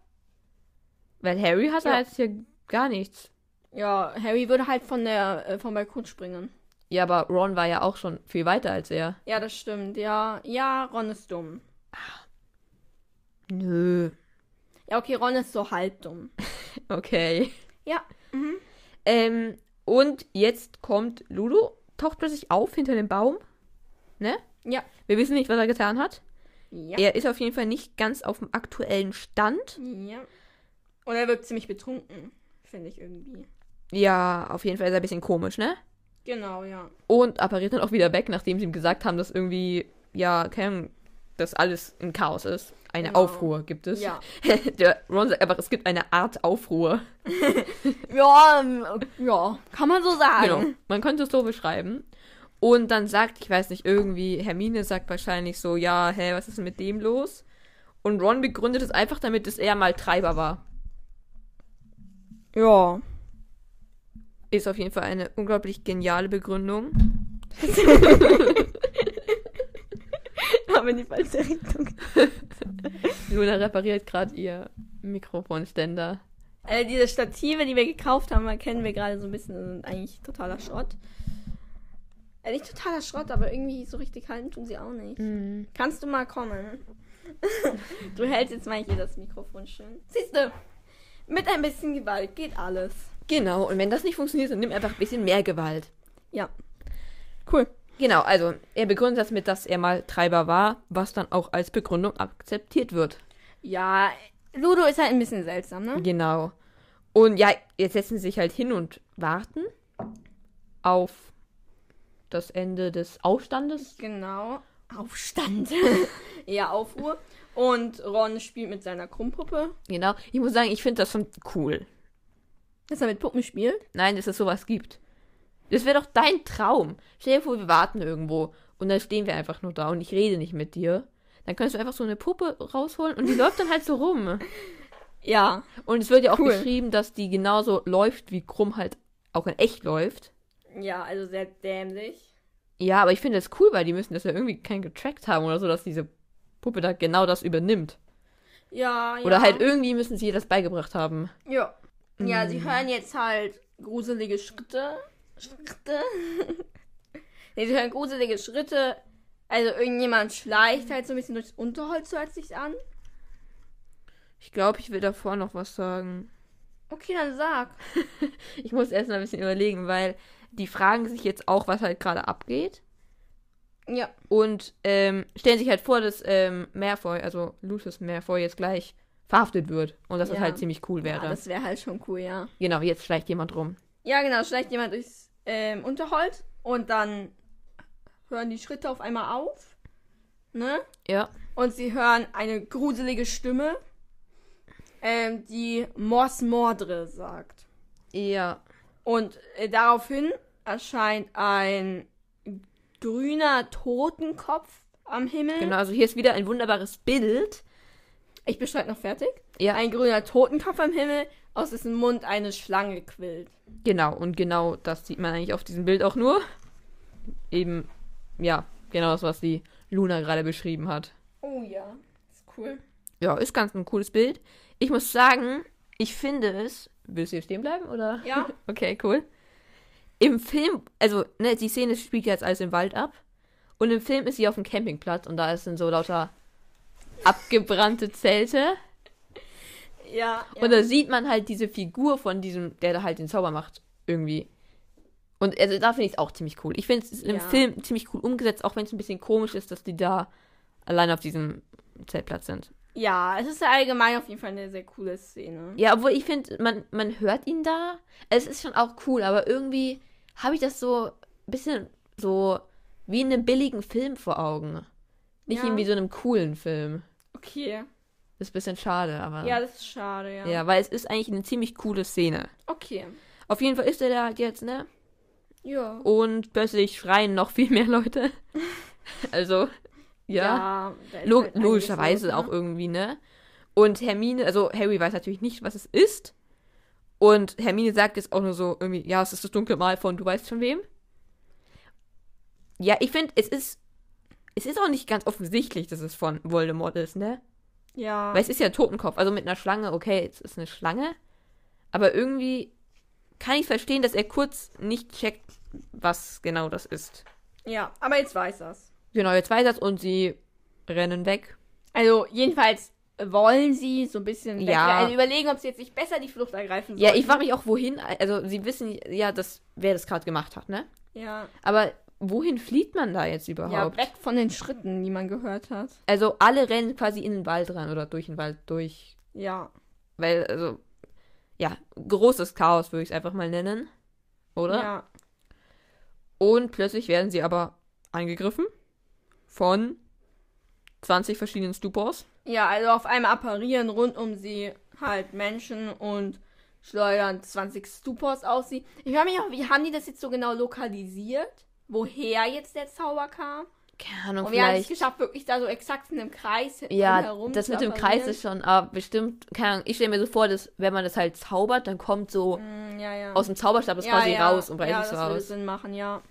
Weil Harry hat Ja. ja. jetzt hier gar nichts. Ja, Harry würde halt von der, äh, vom Balkon springen. Ja, aber Ron war ja auch schon viel weiter als er. Ja, das stimmt. Ja, ja, Ron ist dumm. Nö. Ja, okay, Ron ist so halb dumm. Okay. Ja. Mhm. Ähm, und jetzt kommt Ludo, taucht plötzlich auf hinter dem Baum, ne? Ja. Wir wissen nicht, was er getan hat. Ja. Er ist auf jeden Fall nicht ganz auf dem aktuellen Stand. Ja. Und er wirkt ziemlich betrunken. Finde ich irgendwie. Ja, auf jeden Fall ist er ein bisschen komisch, ne? Genau, ja. Und appariert dann auch wieder weg, nachdem sie ihm gesagt haben, dass irgendwie, ja, keine Ahnung, dass alles ein Chaos ist. Eine Genau. Aufruhr gibt es. Ja. Der Ron sagt einfach, es gibt eine Art Aufruhr. Ja, ähm, ja, kann man so Genau. sagen. Man könnte es so beschreiben. Und dann sagt, ich weiß nicht, irgendwie, Hermine sagt wahrscheinlich so, ja, hä, was ist denn mit dem los? Und Ron begründet es einfach damit, dass er mal Treiber war. Ja. Ist auf jeden Fall eine unglaublich geniale Begründung. Aber in die falsche Richtung. Luna repariert gerade ihr Mikrofonständer. Äh, diese Stative, die wir gekauft haben, erkennen wir gerade so ein bisschen, sind eigentlich totaler Schrott. Äh, nicht totaler Schrott, aber irgendwie so richtig halten tun sie auch nicht. Hm. Kannst du mal kommen? du hältst jetzt mal hier das Mikrofon schön. Siehst du, mit ein bisschen Gewalt geht alles. Genau, und wenn das nicht funktioniert, dann nimm einfach ein bisschen mehr Gewalt. Ja. Cool. Genau, also er begründet das mit, dass er mal Treiber war, was dann auch als Begründung akzeptiert wird. Ja, Ludo ist halt ein bisschen seltsam, ne? Genau. Und ja, jetzt setzen sie sich halt hin und warten auf das Ende des Aufstandes. Genau. Aufstand. ja, Aufruhr. Und Ron spielt mit seiner Krummpuppe. Genau. Ich muss sagen, ich finde das schon cool. Dass er mit Puppen spielt. Nein, dass es sowas gibt. Das wäre doch dein Traum. Stell dir vor, wir warten irgendwo und dann stehen wir einfach nur da und ich rede nicht mit dir. Dann könntest du einfach so eine Puppe rausholen und die läuft dann halt so rum. Ja. Und es wird ja auch Cool. beschrieben, dass die genauso läuft, wie Krumm halt auch in echt läuft. Ja, also sehr dämlich. Ja, aber ich finde das cool, weil die müssen das ja irgendwie kein getrackt haben oder so, dass diese Puppe da genau das übernimmt. Ja, ja. Oder halt irgendwie müssen sie ihr das beigebracht haben. Ja. Ja, sie hören jetzt halt gruselige Schritte. Schritte? nee, sie hören gruselige Schritte. Also irgendjemand schleicht halt so ein bisschen durchs Unterholz, so hört sich's an. Ich glaube, ich will davor noch was sagen. Okay, dann sag. Ich muss erst mal ein bisschen überlegen, weil die fragen sich jetzt auch, was halt gerade abgeht. Ja. Und ähm, stellen sich halt vor, dass ähm, Malfoy, also Lucius Malfoy, jetzt gleich verhaftet wird. Und dass das Ja. halt ziemlich cool ja wäre. das wäre halt schon cool, ja. genau, jetzt schleicht jemand rum. Ja, genau, schleicht jemand durchs ähm, Unterholz und dann hören die Schritte auf einmal auf. Ne? Ja. Und sie hören eine gruselige Stimme, ähm, die Mors Mordre sagt. Ja. Und äh, daraufhin erscheint ein grüner Totenkopf am Himmel. Genau, also hier ist wieder ein wunderbares Bild. Ich bin halt noch fertig. Ja. Ein grüner Totenkopf am Himmel, aus dessen Mund eine Schlange quillt. Genau, und genau das sieht man eigentlich auf diesem Bild auch nur. Eben, ja, genau das, was die Luna gerade beschrieben hat. Oh ja, ist cool. Ja, ist ganz ein cooles Bild. Ich muss sagen, ich finde es. Willst du hier stehen bleiben, oder? Ja. Okay, cool. Im Film, also, ne, die Szene spielt ja jetzt alles im Wald ab. Und im Film ist sie auf dem Campingplatz und da sind so lauter abgebrannte Zelte. Ja. ja. Und da sieht man halt diese Figur von diesem, der da halt den Zauber macht, irgendwie. Und also da finde ich es auch ziemlich cool. Ich finde es ist im Ja. Film ziemlich cool umgesetzt, auch wenn es ein bisschen komisch ist, dass die da allein auf diesem Zeltplatz sind. Ja, es ist allgemein auf jeden Fall eine sehr coole Szene. Ja, obwohl ich finde, man, man hört ihn da. Es ist schon auch cool, aber irgendwie habe ich das so ein bisschen so wie in einem billigen Film vor Augen. Nicht Ja. irgendwie so einem coolen Film. Okay. Das ist ein bisschen schade, aber. Ja, das ist schade, ja. ja, weil es ist eigentlich eine ziemlich coole Szene. Okay. Auf jeden Fall ist er da halt jetzt, ne? Ja. Und plötzlich schreien noch viel mehr Leute. Also, ja. da ist Lo halt einiges logischerweise los, ne? auch irgendwie, ne? Und Hermine, also Harry weiß natürlich nicht, was es ist. Und Hermine sagt jetzt auch nur so irgendwie, ja, es ist das dunkle Mal von du weißt von wem. Ja, ich finde, es ist. Es ist auch nicht ganz offensichtlich, dass es von Voldemort ist, ne? Ja. Weil es ist ja Totenkopf. Also mit einer Schlange, okay, es ist eine Schlange. Aber irgendwie kann ich verstehen, dass er kurz nicht checkt, was genau das ist. ja, aber jetzt weiß er's. Genau, jetzt weiß er's und sie rennen weg. Also, jedenfalls wollen sie so ein bisschen weg- Ja. also überlegen, ob sie jetzt nicht besser die Flucht ergreifen sollen. Ja, ich frage mich auch, wohin. Also, sie wissen ja, dass, wer das gerade gemacht hat, ne? Ja. Aber wohin flieht man da jetzt ja, überhaupt? weg von den Schritten, die man gehört hat. also, alle rennen quasi in den Wald rein oder durch den Wald durch. Ja. Weil, also, ja, großes Chaos würde ich es einfach mal nennen. Oder? Ja. Und plötzlich werden sie aber angegriffen von 20 verschiedenen Stupors. ja, also auf einmal apparieren rund um sie halt Menschen und schleudern 20 Stupors aus sie. Ich frage mich auch, wie haben die das jetzt so genau lokalisiert? Woher jetzt der Zauber kam? Keine Ahnung, Und Oh, wir haben es vielleicht. geschafft, wirklich da so exakt in einem Kreis Ja, herum das zu mit dem apparieren. Kreis ist schon, aber bestimmt, keine Ahnung, ich stelle mir so vor, dass wenn man das halt zaubert, dann kommt so Mm, ja, ja. aus dem Zauberstab das ja, quasi ja. raus und breitet ja, sich so das würde aus. Sinn machen, ja.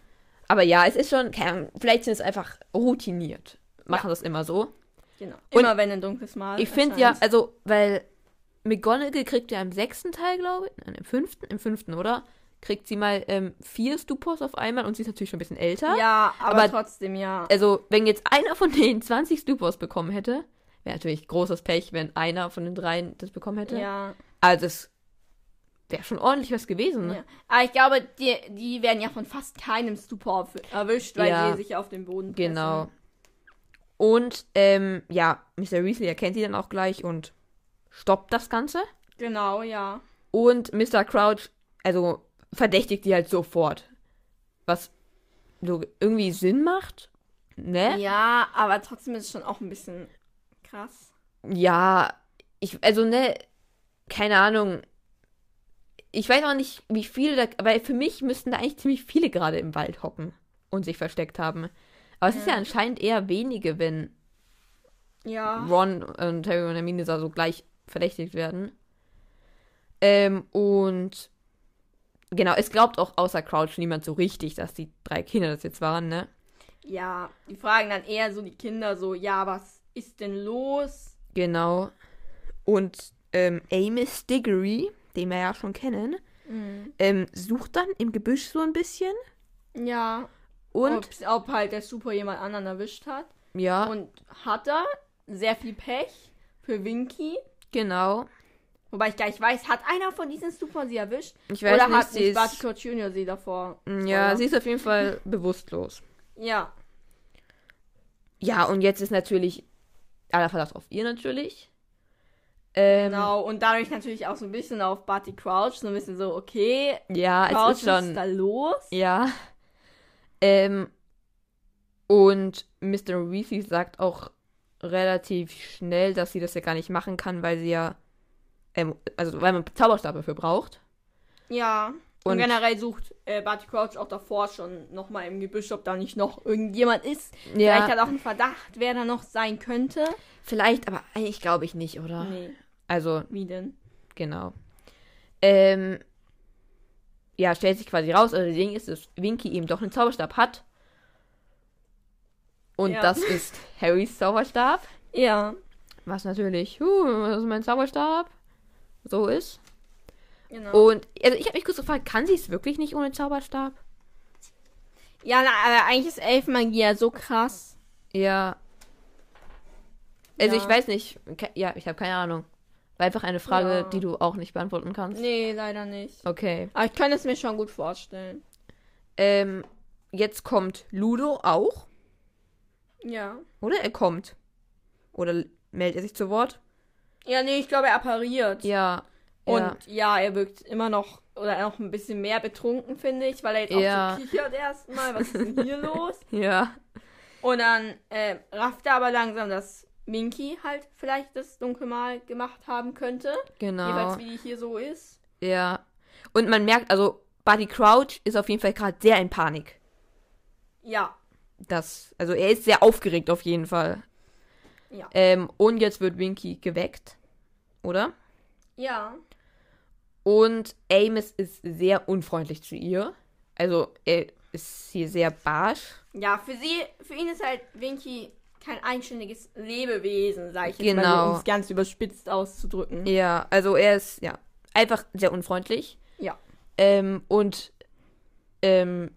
Aber ja, es ist schon, keine Ahnung, vielleicht sind es einfach routiniert. machen das immer so. Genau. Und- Immer wenn ein dunkles Mal. Ich finde ja, erscheint. also, weil McGonagall kriegt ja im sechsten Teil, glaube ich, nein, im fünften, im fünften, oder? Kriegt sie mal ähm, vier Stupors auf einmal und sie ist natürlich schon ein bisschen älter. Ja, aber, äh, aber- trotzdem ja. Also, wenn jetzt einer von den 20 Stupors bekommen hätte, wäre natürlich großes Pech, wenn einer von den dreien das bekommen hätte. Ja. Also, das wäre schon ordentlich was gewesen. ne? ja. Aber Ne? Ah, ich glaube, die, die werden ja von fast keinem Stupor erw- erwischt, weil Ja. sie sich auf den Boden pressen. Genau. Und, ähm, ja, Mr. Weasley erkennt die dann auch gleich und stoppt das Ganze. Genau, ja. Und Mr. Crouch, also verdächtigt die halt sofort. Was so irgendwie Sinn macht. Ne? Ja, aber trotzdem ist es schon auch ein bisschen krass. Ja, ich, also ne, keine Ahnung. Ich weiß auch nicht, wie viele da, weil für mich müssten da eigentlich ziemlich viele gerade im Wald hocken und sich versteckt haben. Aber es ist ja anscheinend eher wenige, wenn Ja. Ron und Harry und Hermine da so gleich verdächtigt werden. Ähm, und genau, es glaubt auch außer Crouch niemand so richtig, dass die drei Kinder das jetzt waren, ne? Ja. Die fragen dann eher so die Kinder so, ja, was ist denn los? Genau. Und ähm, Amos Diggory, den wir ja schon kennen, ähm, sucht dann im Gebüsch so ein bisschen Ja. und Ah. Ob's, ob halt der Super jemand anderen erwischt hat. ja, Und hat er sehr viel Pech für Winky. genau. Wobei ich gar nicht weiß, hat einer von diesen Supern sie erwischt? Ich weiß Oder nicht, hat sie nicht ist, Mm, Barty Crouch Jr. sie davor? ja, Spoiler. sie ist auf jeden Fall bewusstlos. Ja. Ja, und jetzt ist natürlich aller Verdacht auf ihr natürlich. Ähm, Genau, und dadurch natürlich auch so ein bisschen auf Barty Crouch, so ein bisschen so, okay, Ja, Crouch, es ist schon. was ist da los? Ja. Ähm, und Mr. Weasley sagt auch relativ schnell, dass sie das ja gar nicht machen kann, weil sie ja, ähm, also weil man Zauberstab dafür braucht. Ja. Und, Und- generell sucht äh, Barty Crouch auch davor schon nochmal im Gebüsch, ob da nicht noch irgendjemand ist. Vielleicht hat er auch einen Verdacht, wer da noch sein könnte. vielleicht, aber eigentlich glaube ich nicht, oder? Nee, Also, wie denn? genau. Ähm, ja, stellt sich quasi raus, also das Ding ist, dass Winky eben doch einen Zauberstab hat. Und Ja. das ist Harrys Zauberstab. Ja. Was natürlich, huh, das ist mein Zauberstab. So ist. Genau. Und also ich habe mich kurz gefragt, kann sie es wirklich nicht ohne Zauberstab? Ja, na, aber eigentlich ist Elfenmagie ja so krass. Ja. Also Ja. ich weiß nicht. Ke ja, ich habe keine Ahnung. War einfach eine Frage, Ja. die du auch nicht beantworten kannst. Nee, leider nicht. Okay. Aber ich kann es mir schon gut vorstellen. Ähm, jetzt kommt Ludo auch. Ja. Oder er kommt. Oder meldet er sich zu Wort? Ja, nee, ich glaube, er appariert. Ja. Und ja. ja. er wirkt immer noch oder noch ein bisschen mehr betrunken, finde ich, weil er jetzt Ja. auch so kichert erstmal. Was ist denn hier los? Ja. Und dann äh, rafft er aber langsam, dass Minky halt vielleicht das Dunkelmal gemacht haben könnte. Genau. Jeweils, wie die hier so ist. Ja. Und man merkt, also Buddy Crouch ist auf jeden Fall gerade sehr in Panik. Ja. Das, also er ist sehr aufgeregt auf jeden Fall. Ja. Ähm, und jetzt wird Winky geweckt, oder? Ja. Und Amos ist sehr unfreundlich zu ihr. Also er ist hier sehr barsch. Ja, für sie, für ihn ist halt Winky kein eigenständiges Lebewesen, sag ich jetzt mal, Genau. so, um es ganz überspitzt auszudrücken. Ja, also er ist ja einfach sehr unfreundlich. Ja. Ähm, und ähm,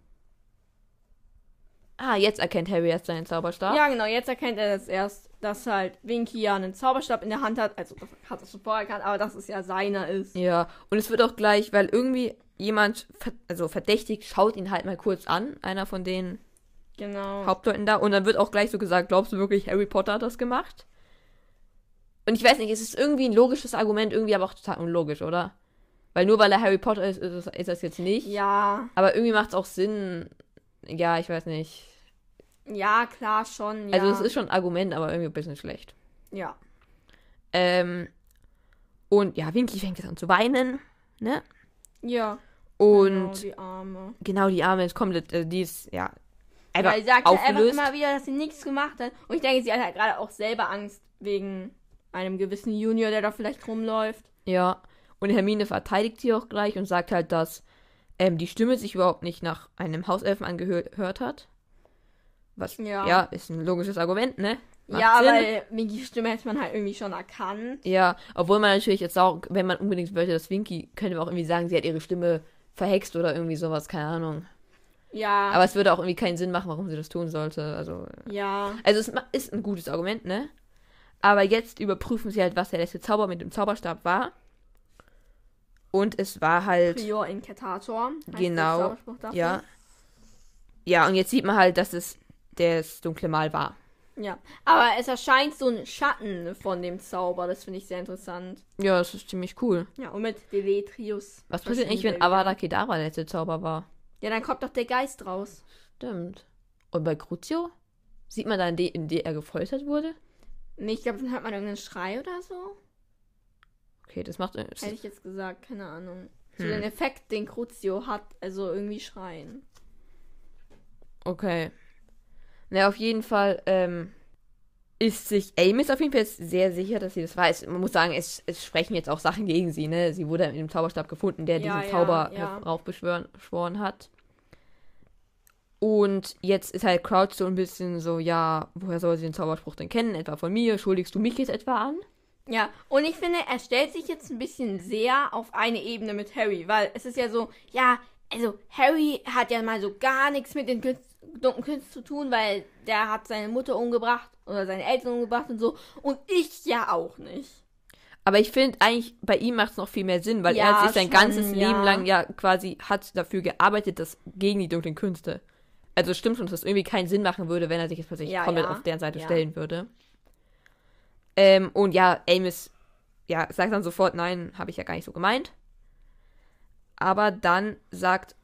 ah, jetzt erkennt Harry erst seinen Zauberstab. Ja, genau, jetzt erkennt er das erst, dass halt Winky ja einen Zauberstab in der Hand hat. Also, das hat er schon vorher erkannt, aber dass es ja seiner ist. Ja, und es wird auch gleich, weil irgendwie jemand, ver also verdächtig, schaut ihn halt mal kurz an, einer von denen. Genau. Hauptleuten da. Und dann wird auch gleich so gesagt, glaubst du wirklich, Harry Potter hat das gemacht? Und ich weiß nicht, es ist irgendwie ein logisches Argument, irgendwie aber auch total unlogisch, oder? Weil nur weil er Harry Potter ist, ist, es, ist das jetzt nicht. ja, Aber irgendwie macht es auch Sinn. Ja, ich weiß nicht. ja, klar, schon. Ja. Also es ist schon ein Argument, aber irgendwie ein bisschen schlecht. Ja. Ähm, und ja, Winky fängt jetzt an zu weinen, ne? Ja. genau, Und die Arme. genau, die Arme ist komplett, also die ist, ja, einfach Weil sie sagt ja einfach aufgelöst. immer wieder, dass sie nichts gemacht hat. Und ich denke, sie hat halt gerade auch selber Angst wegen einem gewissen Junior, der da vielleicht rumläuft. Ja, und Hermine verteidigt sie auch gleich und sagt halt, dass ähm, die Stimme sich überhaupt nicht nach einem Hauselfen angehört hat. Was, Ja. ja. ist ein logisches Argument, ne? Macht ja, Sinn. weil Minkys Stimme hätte man halt irgendwie schon erkannt. Ja, obwohl man natürlich jetzt auch, wenn man unbedingt wollte, dass Winky, könnte man auch irgendwie sagen, sie hat ihre Stimme verhext oder irgendwie sowas, keine Ahnung. Ja, Aber es würde auch irgendwie keinen Sinn machen, warum sie das tun sollte. Also, ja, also es ma- ist ein gutes Argument, ne? Aber jetzt überprüfen sie halt, was der letzte Zauber mit dem Zauberstab war. Und es war halt. Prior Incantator. heißt Genau, der Zauberspruch dafür. Ja. Ja, und jetzt sieht man halt, dass es das dunkle Mal war. Ja, aber es erscheint so ein Schatten von dem Zauber, das finde ich sehr interessant. Ja, das ist ziemlich cool. Ja, und mit Deletrius. Was passiert eigentlich, wenn verschwindet er Avada Kedavra der letzte Zauber war? wieder. Ja, dann kommt doch der Geist raus. Stimmt. Und bei Crucio? Sieht man dann, den, in der er gefoltert wurde? Nee, ich glaube, dann hört man irgendeinen Schrei oder so. Okay, das macht. Hätte ich jetzt gesagt, keine Ahnung. So Hm. den Effekt, den Crucio hat, also irgendwie schreien. Okay. Na, auf jeden Fall ähm, ist sich Amos auf jeden Fall jetzt sehr sicher, dass sie das weiß. Man muss sagen, es, es sprechen jetzt auch Sachen gegen sie, ne? Sie wurde mit dem Zauberstab gefunden, der Ja, ja, diesen Zauber ja. raufbeschworen hat. Und jetzt ist halt Crouch so ein bisschen so, ja, woher soll sie den Zauberspruch denn kennen? Etwa von mir? Schuldigst du mich jetzt etwa an? Ja, und ich finde, er stellt sich jetzt ein bisschen sehr auf eine Ebene mit Harry, weil es ist ja so, ja, also Harry hat ja mal so gar nichts mit den Künst- dunklen Künsten zu tun, weil der hat seine Mutter umgebracht oder seine Eltern umgebracht und so und ich ja auch nicht. Aber ich finde eigentlich, bei ihm macht es noch viel mehr Sinn, weil Ja, er sich sein schon, ganzes ja. Leben lang ja quasi hat dafür gearbeitet, dass gegen die dunklen Künste. Also es stimmt schon, dass es irgendwie keinen Sinn machen würde, wenn er sich jetzt plötzlich Ja, komplett ja. auf deren Seite Ja. stellen würde. Ähm, und ja, Amos ja, sagt dann sofort, nein, habe ich ja gar nicht so gemeint. Aber dann sagt,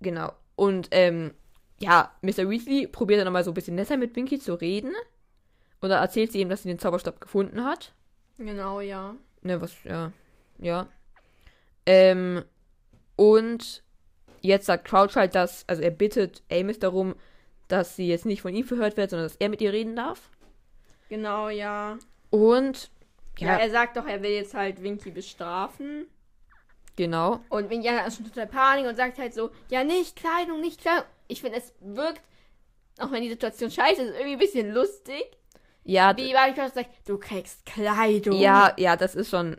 genau, und ähm, ja, Mr. Weasley probiert dann nochmal so ein bisschen netter mit Winky zu reden. Und dann erzählt sie ihm, dass sie den Zauberstab gefunden hat. Genau, ja. Ne, was, ja. Ja. Ähm, und jetzt sagt Crouch halt, dass, also er bittet Amos darum, dass sie jetzt nicht von ihm verhört wird, sondern dass er mit ihr reden darf. Genau, ja. Und, Ja, ja, er sagt doch, er will jetzt halt Winky bestrafen. genau. Und Winky hat dann schon total Panik und sagt halt so, ja, nicht Kleidung, nicht Kleidung. Ich finde, es wirkt, auch wenn die Situation scheiße ist, irgendwie ein bisschen lustig. Ja, d- Wie war ich sagt, du kriegst Kleidung. ja, ja, das ist schon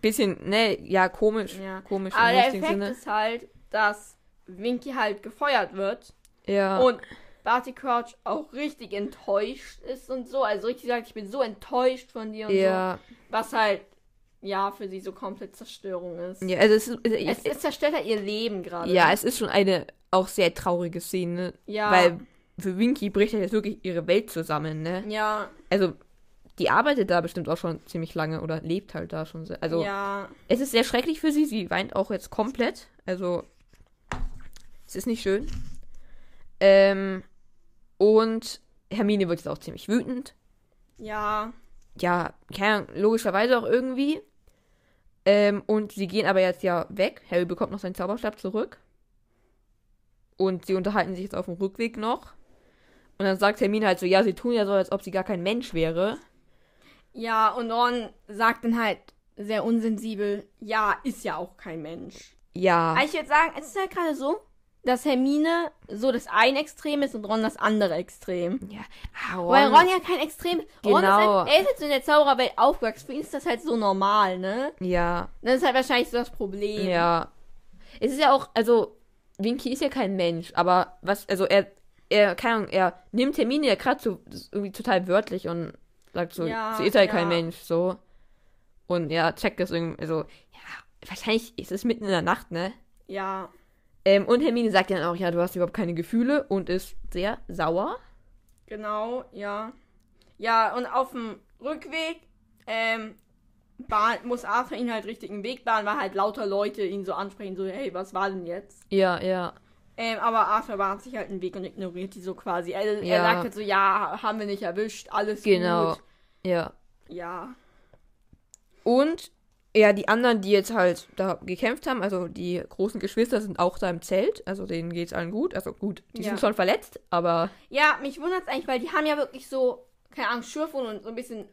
bisschen, ne, ja, komisch. Ja. Komisch Aber der lustigen Effekt ist halt, dass Winky halt gefeuert wird ja. und Barty Crouch auch richtig enttäuscht ist und so. Also richtig sagt, ich bin so enttäuscht von dir und ja. so. Was halt, ja, für sie so komplett Zerstörung ist. Ja, also es ist, Es, es zerstört halt ihr Leben gerade. ja, es ist schon eine auch sehr traurige Szene. Ja. Weil für Winky bricht ja jetzt wirklich ihre Welt zusammen, ne? Ja, also die arbeitet da bestimmt auch schon ziemlich lange oder lebt halt da schon. Sehr. Also ja, es ist sehr schrecklich für sie. Sie weint auch jetzt komplett. Also es ist nicht schön. Ähm, und Hermine wird jetzt auch ziemlich wütend. ja, Ja, keine Ahnung, logischerweise auch irgendwie. Ähm, und sie gehen aber jetzt ja weg. Harry bekommt noch seinen Zauberstab zurück. Und sie unterhalten sich jetzt auf dem Rückweg noch. Und dann sagt Hermine halt so, ja, sie tun ja so, als ob sie gar kein Mensch wäre. ja. Und Ron sagt dann halt sehr unsensibel, ja, ist ja auch kein Mensch. Ja. Aber ich würde sagen, es ist halt gerade so, dass Hermine so das eine Extrem ist und Ron das andere Extrem. Ja, ah, Ron, Weil Ron ja kein Extrem Ron ist. Genau. Halt, er ist jetzt in der Zaubererwelt aufgewachsen. Für ihn ist das halt so normal, ne? ja, Das ist halt wahrscheinlich so das Problem. ja. Es ist ja auch, also Winky ist ja kein Mensch, aber was, also er, er, keine Ahnung, er nimmt Termine ja gerade so das ist irgendwie total wörtlich und sagt so, Ja, sie ist halt ja. kein Mensch, so. Und ja, checkt das irgendwie, also, ja, wahrscheinlich ist es mitten in der Nacht, ne? Ja. Ähm, und Hermine sagt ja dann auch, ja, du hast überhaupt keine Gefühle und ist sehr sauer. Genau, ja. Ja, und auf dem Rückweg, ähm, bahn, muss Arthur ihn halt richtig einen Weg bahnen, weil halt lauter Leute ihn so ansprechen, so, hey, was war denn jetzt? Ja, ja. Ähm, aber Arthur bahnt sich halt einen Weg und ignoriert die so quasi. Er, er Ja. sagt halt so, ja, haben wir nicht erwischt, alles Genau. gut. Ja. Ja. Und ja, die anderen, die jetzt halt da gekämpft haben, also die großen Geschwister sind auch da im Zelt, also denen geht's allen gut. Also gut, die Ja. sind schon verletzt, aber Ja, mich wundert's eigentlich, weil die haben ja wirklich so keine Ahnung, Schürfwunden und so ein bisschen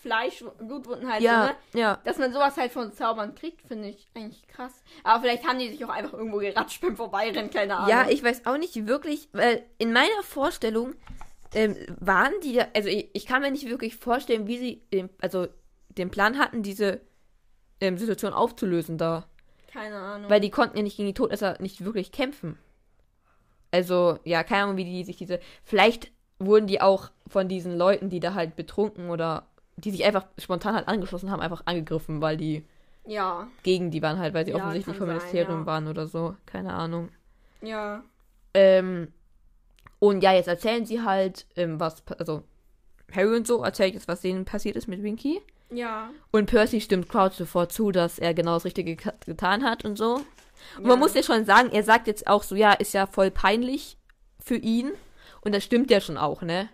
Fleisch, Blutwunden halt. So, ja, ne? ja. Dass man sowas halt von Zaubern kriegt, finde ich eigentlich krass. Aber vielleicht haben die sich auch einfach irgendwo geratscht beim Vorbeirennen, keine Ahnung. Ja, ich weiß auch nicht wirklich, weil in meiner Vorstellung ähm, waren die, ja- also ich, ich kann mir nicht wirklich vorstellen, wie sie den, also den Plan hatten, diese ähm, Situation aufzulösen da. keine Ahnung. Weil die konnten ja nicht gegen die Todesser nicht wirklich kämpfen. Also, ja, keine Ahnung, wie die sich diese. Vielleicht wurden die auch von diesen Leuten, die da halt betrunken oder die sich einfach spontan halt angeschlossen haben, einfach angegriffen, weil die ja, gegen die waren halt, weil sie Ja, offensichtlich kann vom sein, Ministerium ja. waren oder so. Keine Ahnung. ja. Ähm, und ja, jetzt erzählen sie halt, ähm, was, pa- also Harry und so erzählt jetzt, was denen passiert ist mit Winky. Ja. Und Percy stimmt Crouch sofort zu, dass er genau das Richtige ge- getan hat und so. Und ja. man muss ja schon sagen, er sagt jetzt auch so, ja, ist ja voll peinlich für ihn. Und das stimmt ja schon auch, ne?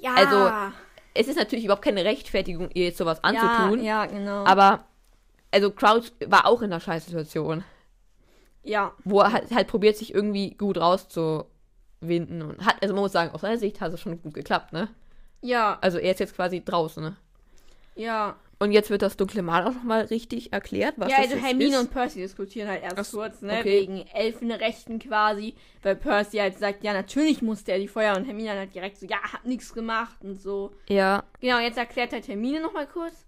ja. also, Es ist natürlich überhaupt keine Rechtfertigung, ihr jetzt sowas anzutun. Ja, ja genau. Aber, also Crouch war auch in einer Scheißsituation. ja, wo er halt, halt probiert, sich irgendwie gut rauszuwinden. Und hat, also man muss sagen, aus seiner Sicht hat es schon gut geklappt, ne? ja, Also er ist jetzt quasi draußen, ne? ja. Und jetzt wird das dunkle Mal auch nochmal richtig erklärt, was ja, das also jetzt Hermine ist. und Percy diskutieren halt erst Ach so, kurz, ne? okay. Wegen Elfenrechten quasi. Weil Percy halt sagt, ja, natürlich musste er die Feuer und Hermine dann halt direkt so, ja, hat nichts gemacht und so. ja, Genau, jetzt erklärt halt Hermine nochmal kurz,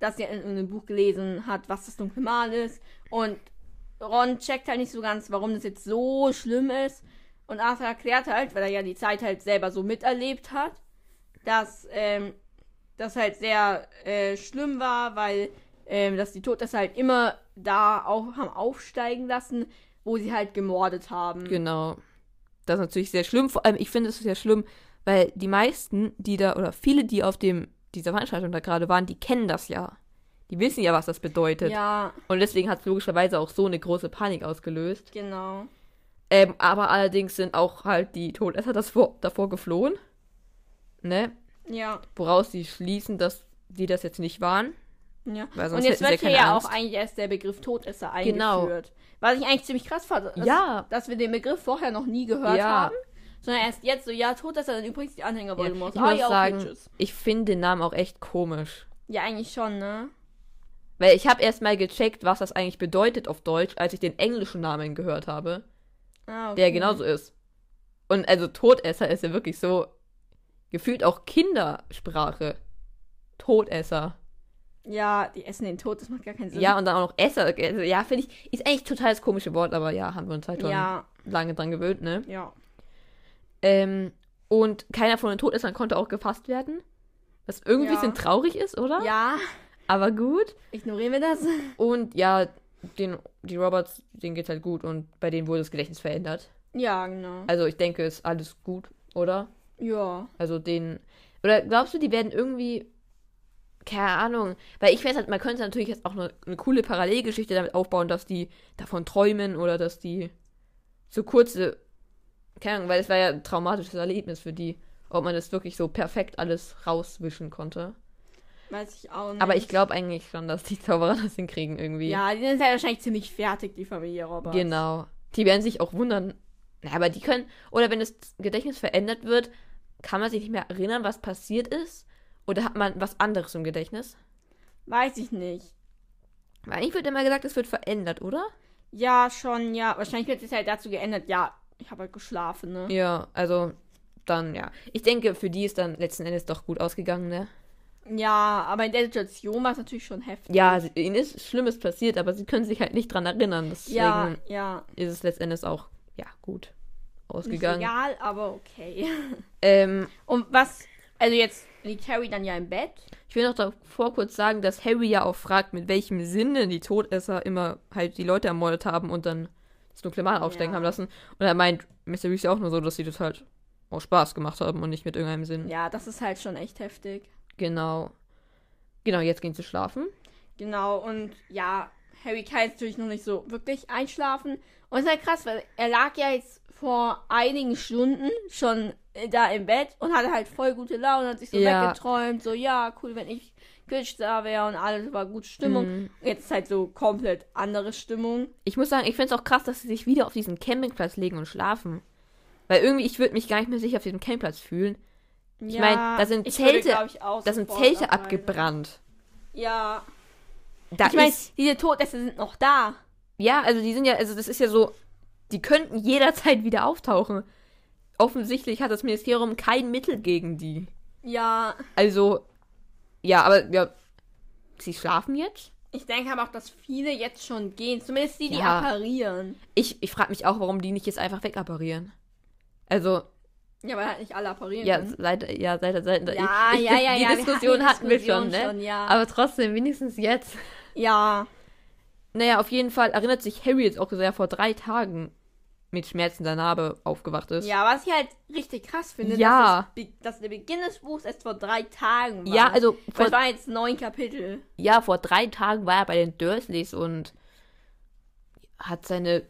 dass sie in einem Buch gelesen hat, was das dunkle Mal ist. Und Ron checkt halt nicht so ganz, warum das jetzt so schlimm ist. Und Arthur erklärt halt, weil er ja die Zeit halt selber so miterlebt hat, dass ähm, das halt sehr äh, schlimm war, weil ähm, dass die Todesser halt immer da auch haben aufsteigen lassen, wo sie halt gemordet haben. genau. Das ist natürlich sehr schlimm. Vor allem, ich finde es sehr schlimm, weil die meisten, die da, oder viele, die auf dem, dieser Veranstaltung da gerade waren, die kennen das ja. Die wissen ja, was das bedeutet. Ja, Und deswegen hat es logischerweise auch so eine große Panik ausgelöst. genau. Ähm, aber allerdings sind auch halt die Todesser das vor, davor geflohen. Ne? Ja. Woraus sie schließen, dass die das jetzt nicht waren. Ja. Weil sonst Und jetzt hätten wird sie ja hier keine ja Angst. auch eigentlich erst der Begriff Todesser Genau. eingeführt. Was ich eigentlich ziemlich krass fand. Dass, Ja. Dass wir den Begriff vorher noch nie gehört Ja. haben. Sondern erst jetzt so, ja, Todesser sind übrigens die Anhänger Ja, Voldemorts. ich Ah, muss ja, okay, sagen, tschüss. ich finde den Namen auch echt komisch. Ja, eigentlich schon, ne? Weil ich habe erst mal gecheckt, was das eigentlich bedeutet auf Deutsch, als ich den englischen Namen gehört habe, Ah, okay. der genauso genau ist. Und also Todesser ist ja wirklich so gefühlt auch Kindersprache. Todesser. Ja, die essen den Tod, das macht gar keinen Sinn. Ja, und dann auch noch Esser. Also, ja, finde ich, ist eigentlich total das komische Wort, aber ja, haben wir uns halt schon ja, lange dran gewöhnt, ne? ja. Ähm, und keiner von den Todessern konnte auch gefasst werden. Was irgendwie Ja. ein bisschen traurig ist, oder? Ja, Aber gut. ignorieren wir das? Und ja, den, die Roberts, denen geht's halt gut und bei denen wurde das Gedächtnis verändert. Ja, genau. Also ich denke, ist alles gut, oder? Ja. Also den. Oder glaubst du, die werden irgendwie. Keine Ahnung. Weil ich weiß halt, man könnte natürlich jetzt auch eine, eine coole Parallelgeschichte damit aufbauen, dass die davon träumen oder dass die so kurze. Keine Ahnung, weil es war ja ein traumatisches Erlebnis für die, ob man das wirklich so perfekt alles rauswischen konnte. Weiß ich auch nicht. Aber ich glaube eigentlich schon, dass die Zauberer das hinkriegen irgendwie. Mhm. Ja, die sind ja wahrscheinlich ziemlich fertig, die Familie Robert. Genau. Die werden sich auch wundern. Na, aber die können. Oder wenn das Gedächtnis verändert wird, kann man sich nicht mehr erinnern, was passiert ist? Oder hat man was anderes im Gedächtnis? Weiß ich nicht. Weil eigentlich wird immer gesagt, es wird verändert, oder? Ja, schon, ja. Wahrscheinlich wird es halt dazu geändert, ja, ich habe halt geschlafen, ne? Ja, also dann ja. Ich denke, für die ist dann letzten Endes doch gut ausgegangen, ne? Ja, aber in der Situation war es natürlich schon heftig. Ja, sie- ihnen ist Schlimmes passiert, aber sie können sich halt nicht dran erinnern. Deswegen ja, ja. ist es letzten Endes auch, ja, gut Nicht ausgegangen. egal, aber okay. Ähm, Und was, also jetzt liegt Harry dann ja im Bett. Ich will noch davor kurz sagen, dass Harry ja auch fragt, mit welchem Sinne die Todesser immer halt die Leute ermordet haben und dann das dunkle Mal aufsteigen Ja. haben lassen. Und er meint Mr. Reeves ja auch nur so, dass sie das halt aus Spaß gemacht haben und nicht mit irgendeinem Sinn. Ja, das ist halt schon echt heftig. Genau. Genau, jetzt gehen sie schlafen. Genau, und ja, Harry kann jetzt natürlich noch nicht so wirklich einschlafen. Und es ist halt krass, weil er lag ja jetzt vor einigen Stunden schon äh, da im Bett und hatte halt voll gute Laune, hat sich so Ja. weggeträumt, so ja, cool, wenn ich Quidditch da wäre und alles war gut Stimmung. Mhm. Jetzt ist halt so komplett andere Stimmung. Ich muss sagen, ich finde es auch krass, dass sie sich wieder auf diesen Campingplatz legen und schlafen. Weil irgendwie, ich würde mich gar nicht mehr sicher auf diesem Campingplatz fühlen. Ich mein, da sind Zelte- ich auch Da sind sofort Zelte abreisen. abgebrannt. Ja. Da ich meine, ist, diese Todäste sind noch da. ja, also die sind ja, also das ist ja so, die könnten jederzeit wieder auftauchen. Offensichtlich hat das Ministerium kein Mittel gegen die. Ja. Also, ja, aber ja, sie schlafen jetzt? Ich denke aber auch, dass viele jetzt schon gehen. Zumindest die, die Ja. apparieren. Ich, ich frage mich auch, warum die nicht jetzt einfach wegapparieren. Also, Ja, weil halt nicht alle apparieren. ja, können. seit, ja, seit, seit, ja, ich, ich, ja, ja, Die ja. wir Diskussion hatten, die wir schon, Diskussion ne? ja. Aber trotzdem, wenigstens jetzt. ja. Naja, auf jeden Fall erinnert sich Harry jetzt auch, dass er vor drei Tagen mit schmerzender Narbe aufgewacht ist. Ja, was ich halt richtig krass finde, Ja. dass, es, be- dass der Beginn des Buchs erst vor drei Tagen war. Ja, also Weil vor, es waren jetzt neun Kapitel. ja, vor drei Tagen war er bei den Dursleys und hat seine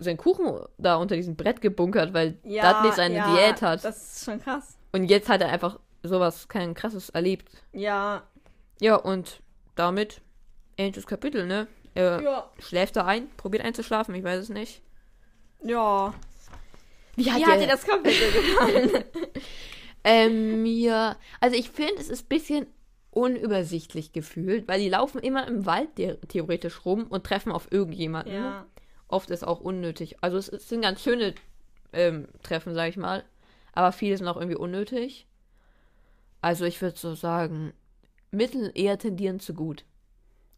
seinen Kuchen da unter diesem Brett gebunkert, weil Ja, Dudley seine ja, Diät hat. Das ist schon krass. Und jetzt hat er einfach sowas kein krasses erlebt. Ja. Ja, und damit ähnliches Kapitel, ne? Er Ja. schläft da ein, probiert einzuschlafen, ich weiß es nicht. Ja. Wie Wie hat dir das Kapitel gefallen? Ähm, ja. Also ich finde, es ist ein bisschen unübersichtlich gefühlt, weil die laufen immer im Wald the theoretisch rum und treffen auf irgendjemanden. ja. Oft ist auch unnötig. Also es, es sind ganz schöne ähm, Treffen, sag ich mal. Aber viele sind auch irgendwie unnötig. Also ich würde so sagen, Mittel eher tendieren zu gut.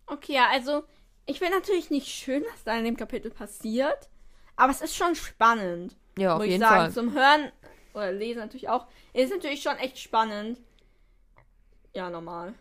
Okay, ja, also ich finde natürlich nicht schön, was da in dem Kapitel passiert, aber es ist schon spannend. Ja, auf muss jeden ich sagen. Fall. Zum Hören oder Lesen natürlich auch. Ist natürlich schon echt spannend. Ja, normal.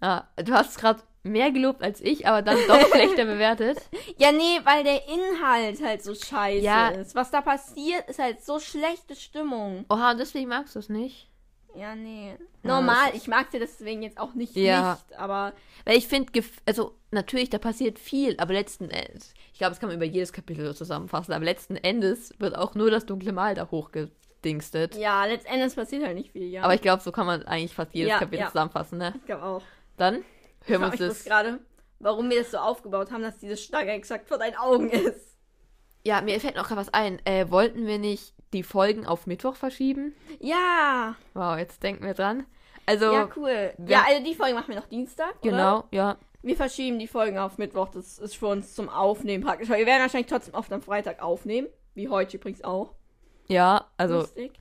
Ah, du hast gerade mehr gelobt als ich, aber dann doch schlechter bewertet. Ja, nee, weil der Inhalt halt so scheiße Ja. ist. Was da passiert, ist halt so schlechte Stimmung. Oha, und deswegen magst du es nicht. Ja, nee. Ja, Normal, ich mag dir deswegen jetzt auch nicht Ja. nicht, aber Weil ich finde, also natürlich, da passiert viel, aber letzten Endes, ich glaube, das kann man über jedes Kapitel so zusammenfassen, aber letzten Endes wird auch nur das dunkle Mal da hochgedingstet. ja, letztendlich passiert halt nicht viel, ja. Aber ich glaube, so kann man eigentlich fast jedes Ja, Kapitel ja. zusammenfassen, ne? ich glaube auch. Dann Ich hören wir frage uns mich bloß das. gerade, warum wir das so aufgebaut haben, dass diese Stange exakt vor deinen Augen ist. Ja, mir fällt noch gerade was ein. Äh, wollten wir nicht die Folgen auf Mittwoch verschieben? Ja, Wow, jetzt denken wir dran. Also, ja, cool. wir- Ja, also die Folge machen wir noch Dienstag, Oder? genau, ja. Wir verschieben die Folgen auf Mittwoch, das ist für uns zum Aufnehmen praktisch. Aber wir werden wahrscheinlich trotzdem oft am Freitag aufnehmen, wie heute übrigens auch. Ja, also Lustig.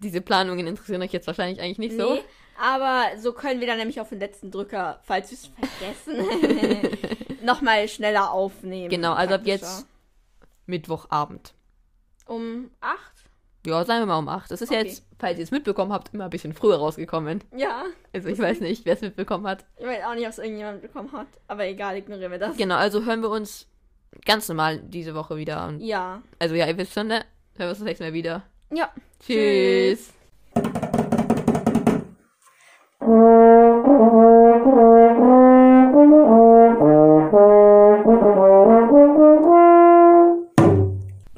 diese Planungen interessieren euch jetzt wahrscheinlich eigentlich nicht so. Nee, aber so können wir dann nämlich auf den letzten Drücker, falls wir es vergessen, nochmal schneller aufnehmen. Genau, also ab Praktischer. jetzt- Mittwochabend. Um 8? Ja, sagen wir mal um 8. Das ist ja Okay. jetzt, falls ihr es mitbekommen habt, immer ein bisschen früher rausgekommen. Ja. Also ich weiß nicht, wer es mitbekommen hat. Ich weiß auch nicht, ob es irgendjemand bekommen hat, aber egal, ignorieren wir das. Genau, also hören wir uns ganz normal diese Woche wieder. Und, Ja. also ja, ihr wisst schon, ne? Hören wir uns das nächste Mal wieder. Ja. Tschüss.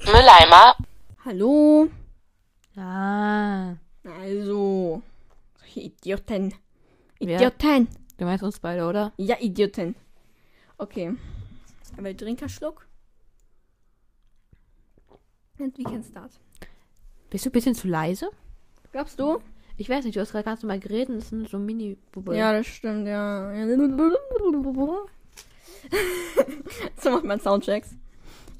Mülleimer. Hallo? Ah, Also. Solche Idioten. Wer? Idioten. du meinst uns beide, oder? Ja, Idioten. Okay. Aber Trinkerschluck. Und wie kannst du das? Bist du ein bisschen zu leise? Glaubst du? Ich weiß nicht, du hast gerade ganz normal geredet, das sind so mini -Bubble. das stimmt, ja. so macht man Soundchecks.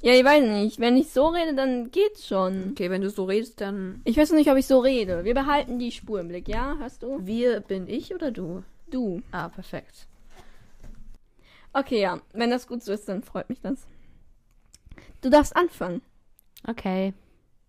Ja, ich weiß nicht. Wenn ich so rede, dann geht's schon. Okay, wenn du so redest, dann Ich weiß noch nicht, ob ich so rede. Wir behalten die Spur im Blick, ja? Hörst du? wir bin ich oder du? Du. Ah, perfekt. Okay, ja. Wenn das gut so ist, dann freut mich das. Du darfst anfangen. Okay.